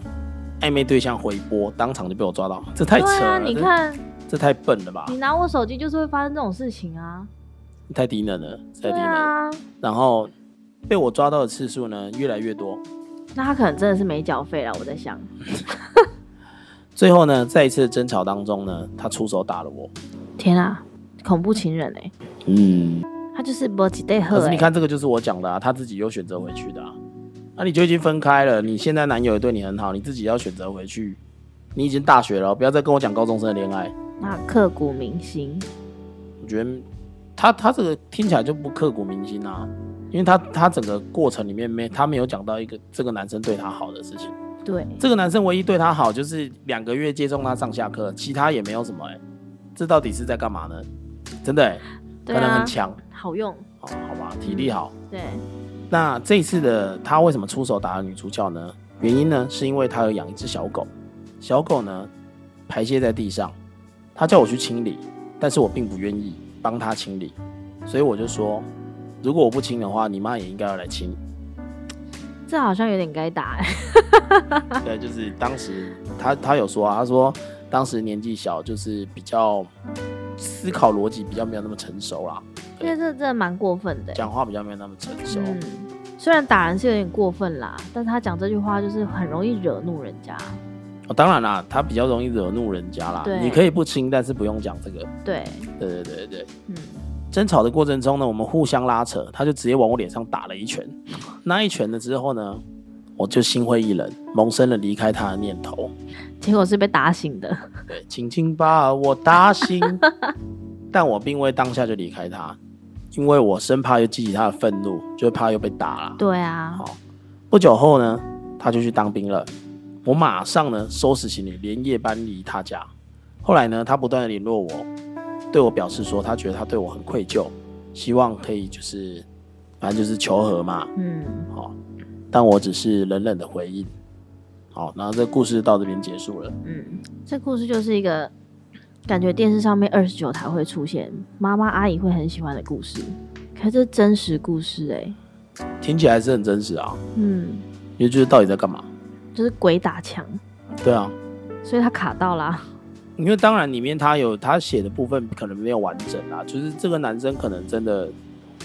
Speaker 1: 暧昧对象回拨，当场就被我抓到，这太扯
Speaker 2: 对啊，
Speaker 1: 了。
Speaker 2: 你
Speaker 1: 这，啊
Speaker 2: 看
Speaker 1: 这太笨了吧
Speaker 2: 你？拿我手机就是会发生这种事情啊。
Speaker 1: 太低能了，太
Speaker 2: 对
Speaker 1: 低能了。
Speaker 2: 啊，
Speaker 1: 然后被我抓到的次数呢越来越多。
Speaker 2: 那他可能真的是没缴费了，我在想。
Speaker 1: 最后呢，在一次争吵当中呢，他出手打了我。
Speaker 2: 天啊，恐怖情人哎、
Speaker 1: 嗯，
Speaker 2: 他就是不几对喝
Speaker 1: 可是
Speaker 2: 哎
Speaker 1: 你，看这个就是我讲的啊，他自己又选择回去的啊。那、你就已经分开了，你现在男友也对你很好，你自己要选择回去。你已经大学了，不要再跟我讲高中生的恋爱。
Speaker 2: 那刻骨铭心。
Speaker 1: 我觉得他他这个听起来就不刻骨铭心啊，因为他他整个过程里面没他没有讲到一个这个男生对他好的事情。
Speaker 2: 对，
Speaker 1: 这个男生唯一对他好就是两个月接送他上下课，其他也没有什么哎、这到底是在干嘛呢？真的哎、可
Speaker 2: 对
Speaker 1: 能
Speaker 2: 啊
Speaker 1: 很，强，
Speaker 2: 好用。
Speaker 1: 好好吧，体力好。
Speaker 2: 对，
Speaker 1: 那这一次的他为什么出手打女主角呢？原因呢是因为他有养一只小狗，小狗呢排泄在地上，他叫我去清理，但是我并不愿意帮他清理，所以我就说，如果我不清的话，你妈也应该要来清。
Speaker 2: 这好像有点该打哎、
Speaker 1: 对，就是当时他他有说啊，他说当时年纪小，就是比较思考逻辑比较没有那么成熟啦，
Speaker 2: 因为这真的蛮过分的、欸。
Speaker 1: 讲话比较没有那么成熟。
Speaker 2: 嗯，虽然打人是有点过分啦，但是他讲这句话就是很容易惹怒人家。
Speaker 1: 哦、当然啦，他比较容易惹怒人家啦。
Speaker 2: 对
Speaker 1: 你可以不亲，但是不用讲这个。
Speaker 2: 对，
Speaker 1: 对对对对对。
Speaker 2: 嗯，
Speaker 1: 争吵的过程中呢，我们互相拉扯，他就直接往我脸上打了一拳。那一拳了之后呢，我就心灰意冷，萌生了离开他的念头。
Speaker 2: 结果是被打醒的。
Speaker 1: 对，轻轻把我打醒。 但我并未当下就离开他，因为我生怕又激起他的愤怒，就怕又被打了。
Speaker 2: 对啊，
Speaker 1: 好，不久后呢，他就去当兵了。我马上呢收拾行李，连夜搬离他家。后来呢，他不断的联络我，对我表示说他觉得他对我很愧疚，希望可以就是反正就是求和嘛。
Speaker 2: 嗯，
Speaker 1: 好、但我只是冷冷的回应。好，然后这故事到这边结束了。
Speaker 2: 嗯，这故事就是一个感觉电视上面二十九台会出现，妈妈阿姨会很喜欢的故事。可是这是真实故事哎、
Speaker 1: 听起来是很真实啊，
Speaker 2: 嗯，
Speaker 1: 因为就是到底在干嘛？
Speaker 2: 就是鬼打墙，
Speaker 1: 对啊，
Speaker 2: 所以他卡到啦。
Speaker 1: 因为当然里面他有他写的部分可能没有完整啦，就是这个男生可能真的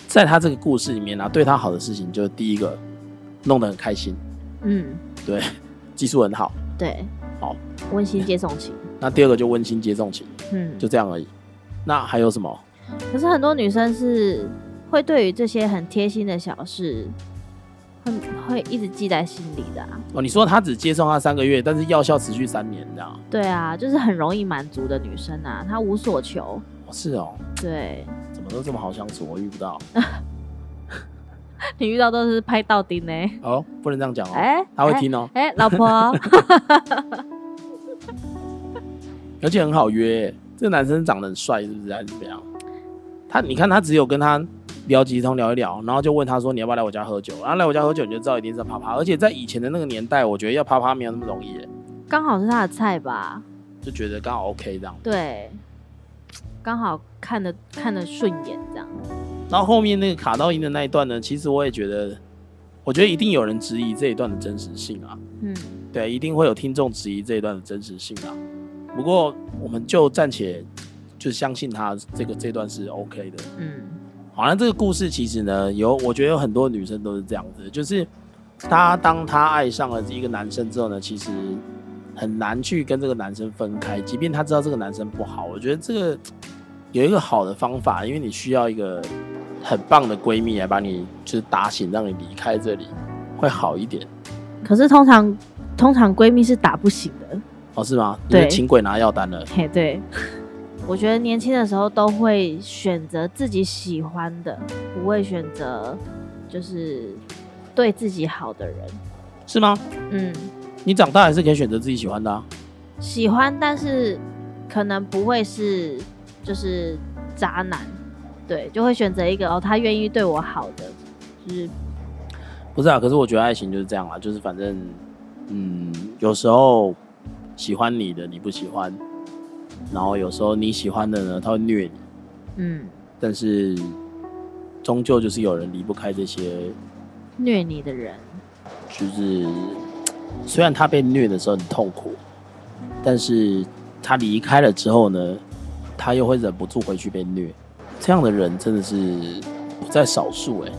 Speaker 1: 在他这个故事里面啊，对他好的事情就是第一个弄得很开心，
Speaker 2: 嗯，
Speaker 1: 对，技术很好。
Speaker 2: 对，
Speaker 1: 好，
Speaker 2: 温馨接送情。
Speaker 1: 那第二个就温馨接送情，
Speaker 2: 嗯，
Speaker 1: 就这样而已。那还有什么？
Speaker 2: 可是很多女生是会对于这些很贴心的小事，会会一直记在心里的、啊。
Speaker 1: 哦，你说他只接送他三个月，但是药效持续三年这样？
Speaker 2: 对啊，就是很容易满足的女生啊，她无所求。
Speaker 1: 哦是哦，
Speaker 2: 对
Speaker 1: 怎么都这么好相处，我遇不到。
Speaker 2: 你遇到都是拍到钉呢、
Speaker 1: 哦，不能这样讲哦，
Speaker 2: 哎、
Speaker 1: 他会听哦，
Speaker 2: 哎、哎老婆，
Speaker 1: 而且很好约欸。这个男生长得很帅，是不是还是怎么样？他你看他只有跟他聊几通聊一聊，然后就问他说你要不要来我家喝酒？然后来我家喝酒你就知道一定是啪啪。而且在以前的那个年代，我觉得要啪啪没有那么容易欸，
Speaker 2: 刚好是她的菜吧？
Speaker 1: 就觉得刚好 OK 这样。
Speaker 2: 对，刚好看得看得顺眼这样。
Speaker 1: 然后后面那个卡到音的那一段呢，其实我也觉得，我觉得一定有人质疑这一段的真实性啊，
Speaker 2: 嗯，
Speaker 1: 对，一定会有听众质疑这一段的真实性啊。不过我们就暂且就相信他这个这段是 OK 的。
Speaker 2: 嗯，
Speaker 1: 好，那这个故事其实呢，有我觉得有很多女生都是这样子，就是她当她爱上了一个男生之后呢，其实很难去跟这个男生分开，即便她知道这个男生不好，我觉得这个有一个好的方法，因为你需要一个很棒的闺蜜来把你就是打醒，让你离开这里会好一点。
Speaker 2: 可是通常通常闺蜜是打不醒的。
Speaker 1: 哦，是吗？
Speaker 2: 对
Speaker 1: 就是请鬼拿药单了。
Speaker 2: 嘿，对，我觉得年轻的时候都会选择自己喜欢的，不会选择就是对自己好的人。
Speaker 1: 是吗？
Speaker 2: 嗯，
Speaker 1: 你长大还是可以选择自己喜欢的、啊。
Speaker 2: 喜欢，但是可能不会是就是渣男，对，就会选择一个哦，他愿意对我好的，就是
Speaker 1: 不是啊，可是我觉得爱情就是这样啦，就是反正，嗯，有时候喜欢你的你不喜欢，然后有时候你喜欢的呢，他会虐你，
Speaker 2: 嗯
Speaker 1: 但是终究就是有人离不开这些，
Speaker 2: 虐你的人。
Speaker 1: 就是虽然他被虐的时候很痛苦，但是他离开了之后呢，他又会忍不住回去被虐，这样的人真的是不在少数哎、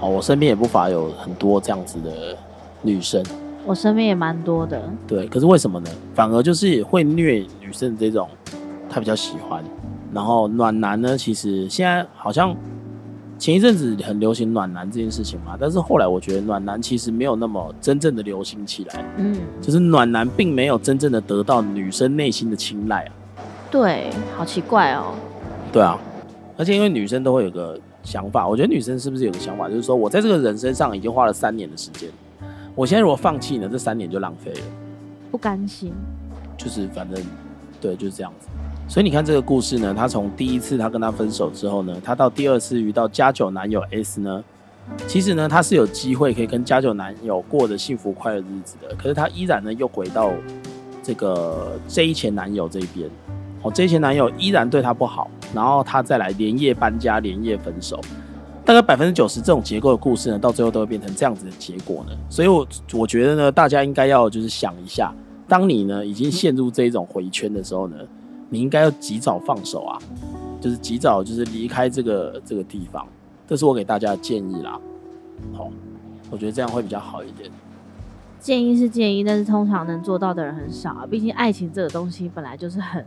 Speaker 1: 哦，我身边也不乏有很多这样子的女生。
Speaker 2: 我身边也蛮多的，
Speaker 1: 对，可是为什么呢？反而就是会虐女生的这种，他比较喜欢。然后暖男呢，其实现在好像前一阵子很流行暖男这件事情嘛，但是后来我觉得暖男其实没有那么真正的流行起来，
Speaker 2: 嗯，
Speaker 1: 就是暖男并没有真正的得到女生内心的青睐啊。
Speaker 2: 对，好奇怪哦，
Speaker 1: 对啊，而且因为女生都会有个想法，我觉得女生是不是有个想法，就是说我在这个人身上已经花了三年的时间，我现在如果放弃呢，这三年就浪费了。
Speaker 2: 不甘心，
Speaker 1: 就是反正对，就是这样子。所以你看这个故事呢，她从第一次她跟他分手之后呢，她到第二次遇到加九男友 S 呢，其实呢她是有机会可以跟加九男友过着幸福快乐的日子的，可是她依然呢又回到这个 J 前男友这边，哦 J 前男友依然对她不好，然后她再来连夜搬家，连夜分手。大概百分之九十这种结构的故事呢，到最后都会变成这样子的结果呢。所以我我觉得呢，大家应该要就是想一下，当你呢已经陷入这一种回圈的时候呢，你应该要及早放手啊，就是及早就是离开这个这个地方，这是我给大家的建议啦。好，我觉得这样会比较好一点。
Speaker 2: 建议是建议，但是通常能做到的人很少啊。毕竟爱情这个东西本来就是很，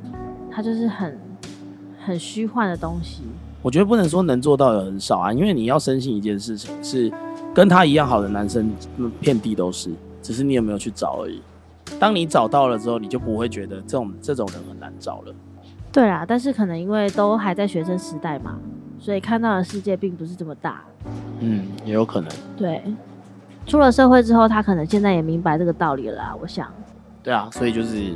Speaker 2: 它就是很很虚幻的东西。
Speaker 1: 我觉得不能说能做到的很少啊，因为你要深信一件事情是，跟他一样好的男生嗯遍地都是，只是你有没有去找而已。当你找到了之后，你就不会觉得这种这种人很难找了。
Speaker 2: 对啦，但是可能因为都还在学生时代嘛，所以看到的世界并不是这么大。
Speaker 1: 嗯，也有可能。
Speaker 2: 对，出了社会之后，他可能现在也明白这个道理了啦。我想，
Speaker 1: 对啊，所以就是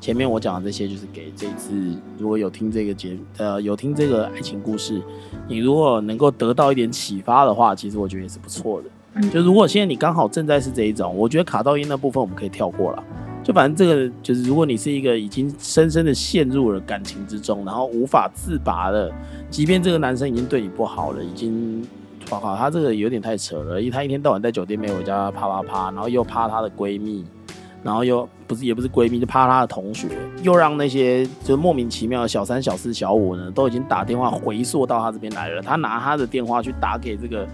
Speaker 1: 前面我讲的这些，就是给这次如果有听这个节呃有听这个爱情故事，你如果能够得到一点启发的话，其实我觉得也是不错的。
Speaker 2: 嗯
Speaker 1: 就如果现在你刚好正在是这一种，我觉得卡到音那部分我们可以跳过了。就反正这个就是，如果你是一个已经深深的陷入了感情之中，然后无法自拔了，即便这个男生已经对你不好了，已经，哇靠，他这个有点太扯了，因为他一天到晚在酒店没有回家啪啪啪，然后又啪他的闺蜜，然后又不是也不是闺蜜，就啪她的同学，又让那些就莫名其妙的小三、小四、小五呢，都已经打电话回溯到他这边来了。他拿他的电话去打给这个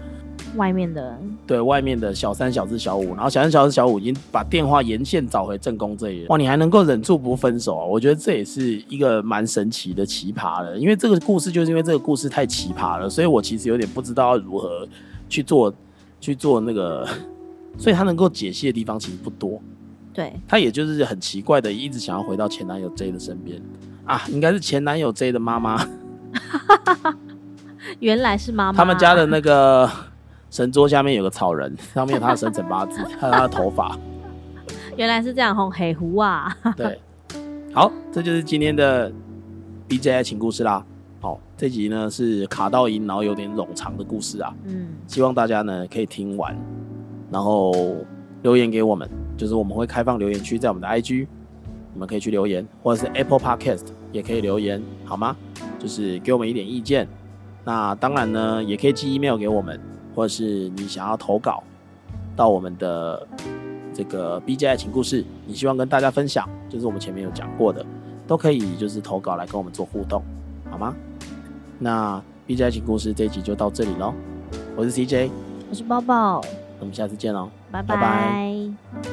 Speaker 2: 外面的人
Speaker 1: 对外面的小三、小四、小五，然后小三、小四、小五已经把电话沿线找回正宫这里了。哇，你还能够忍住不分手啊？我觉得这也是一个蛮神奇的奇葩了。因为这个故事就是因为这个故事太奇葩了，所以我其实有点不知道要如何去做去做那个，所以他能够解析的地方其实不多。
Speaker 2: 对，
Speaker 1: 她也就是很奇怪的，一直想要回到前男友 J 的身边啊，应该是前男友 J 的妈妈，
Speaker 2: 原来是妈妈
Speaker 1: 他们家的那个神桌下面有个草人，上面有他的生辰八字，还有他的头发。
Speaker 2: 原来是这样红黑胡啊。
Speaker 1: 对，好，这就是今天的 BJ 爱情故事啦。好，这集呢是卡到音，然后有点冗长的故事啊，
Speaker 2: 嗯，
Speaker 1: 希望大家呢可以听完，然后留言给我们，就是我们会开放留言区，在我们的 IG，你们可以去留言，或者是 Apple Podcast 也可以留言，好吗？就是给我们一点意见。那当然呢，也可以寄 email 给我们，或者是你想要投稿到我们的这个 BJ 爱情故事，你希望跟大家分享，就是我们前面有讲过的，都可以就是投稿来跟我们做互动，好吗？那 BJ 爱情故事这一集就到这里喽。我是 CJ，
Speaker 2: 我是抱抱，
Speaker 1: 我们下次见喽。
Speaker 2: 拜
Speaker 1: 拜拜
Speaker 2: 拜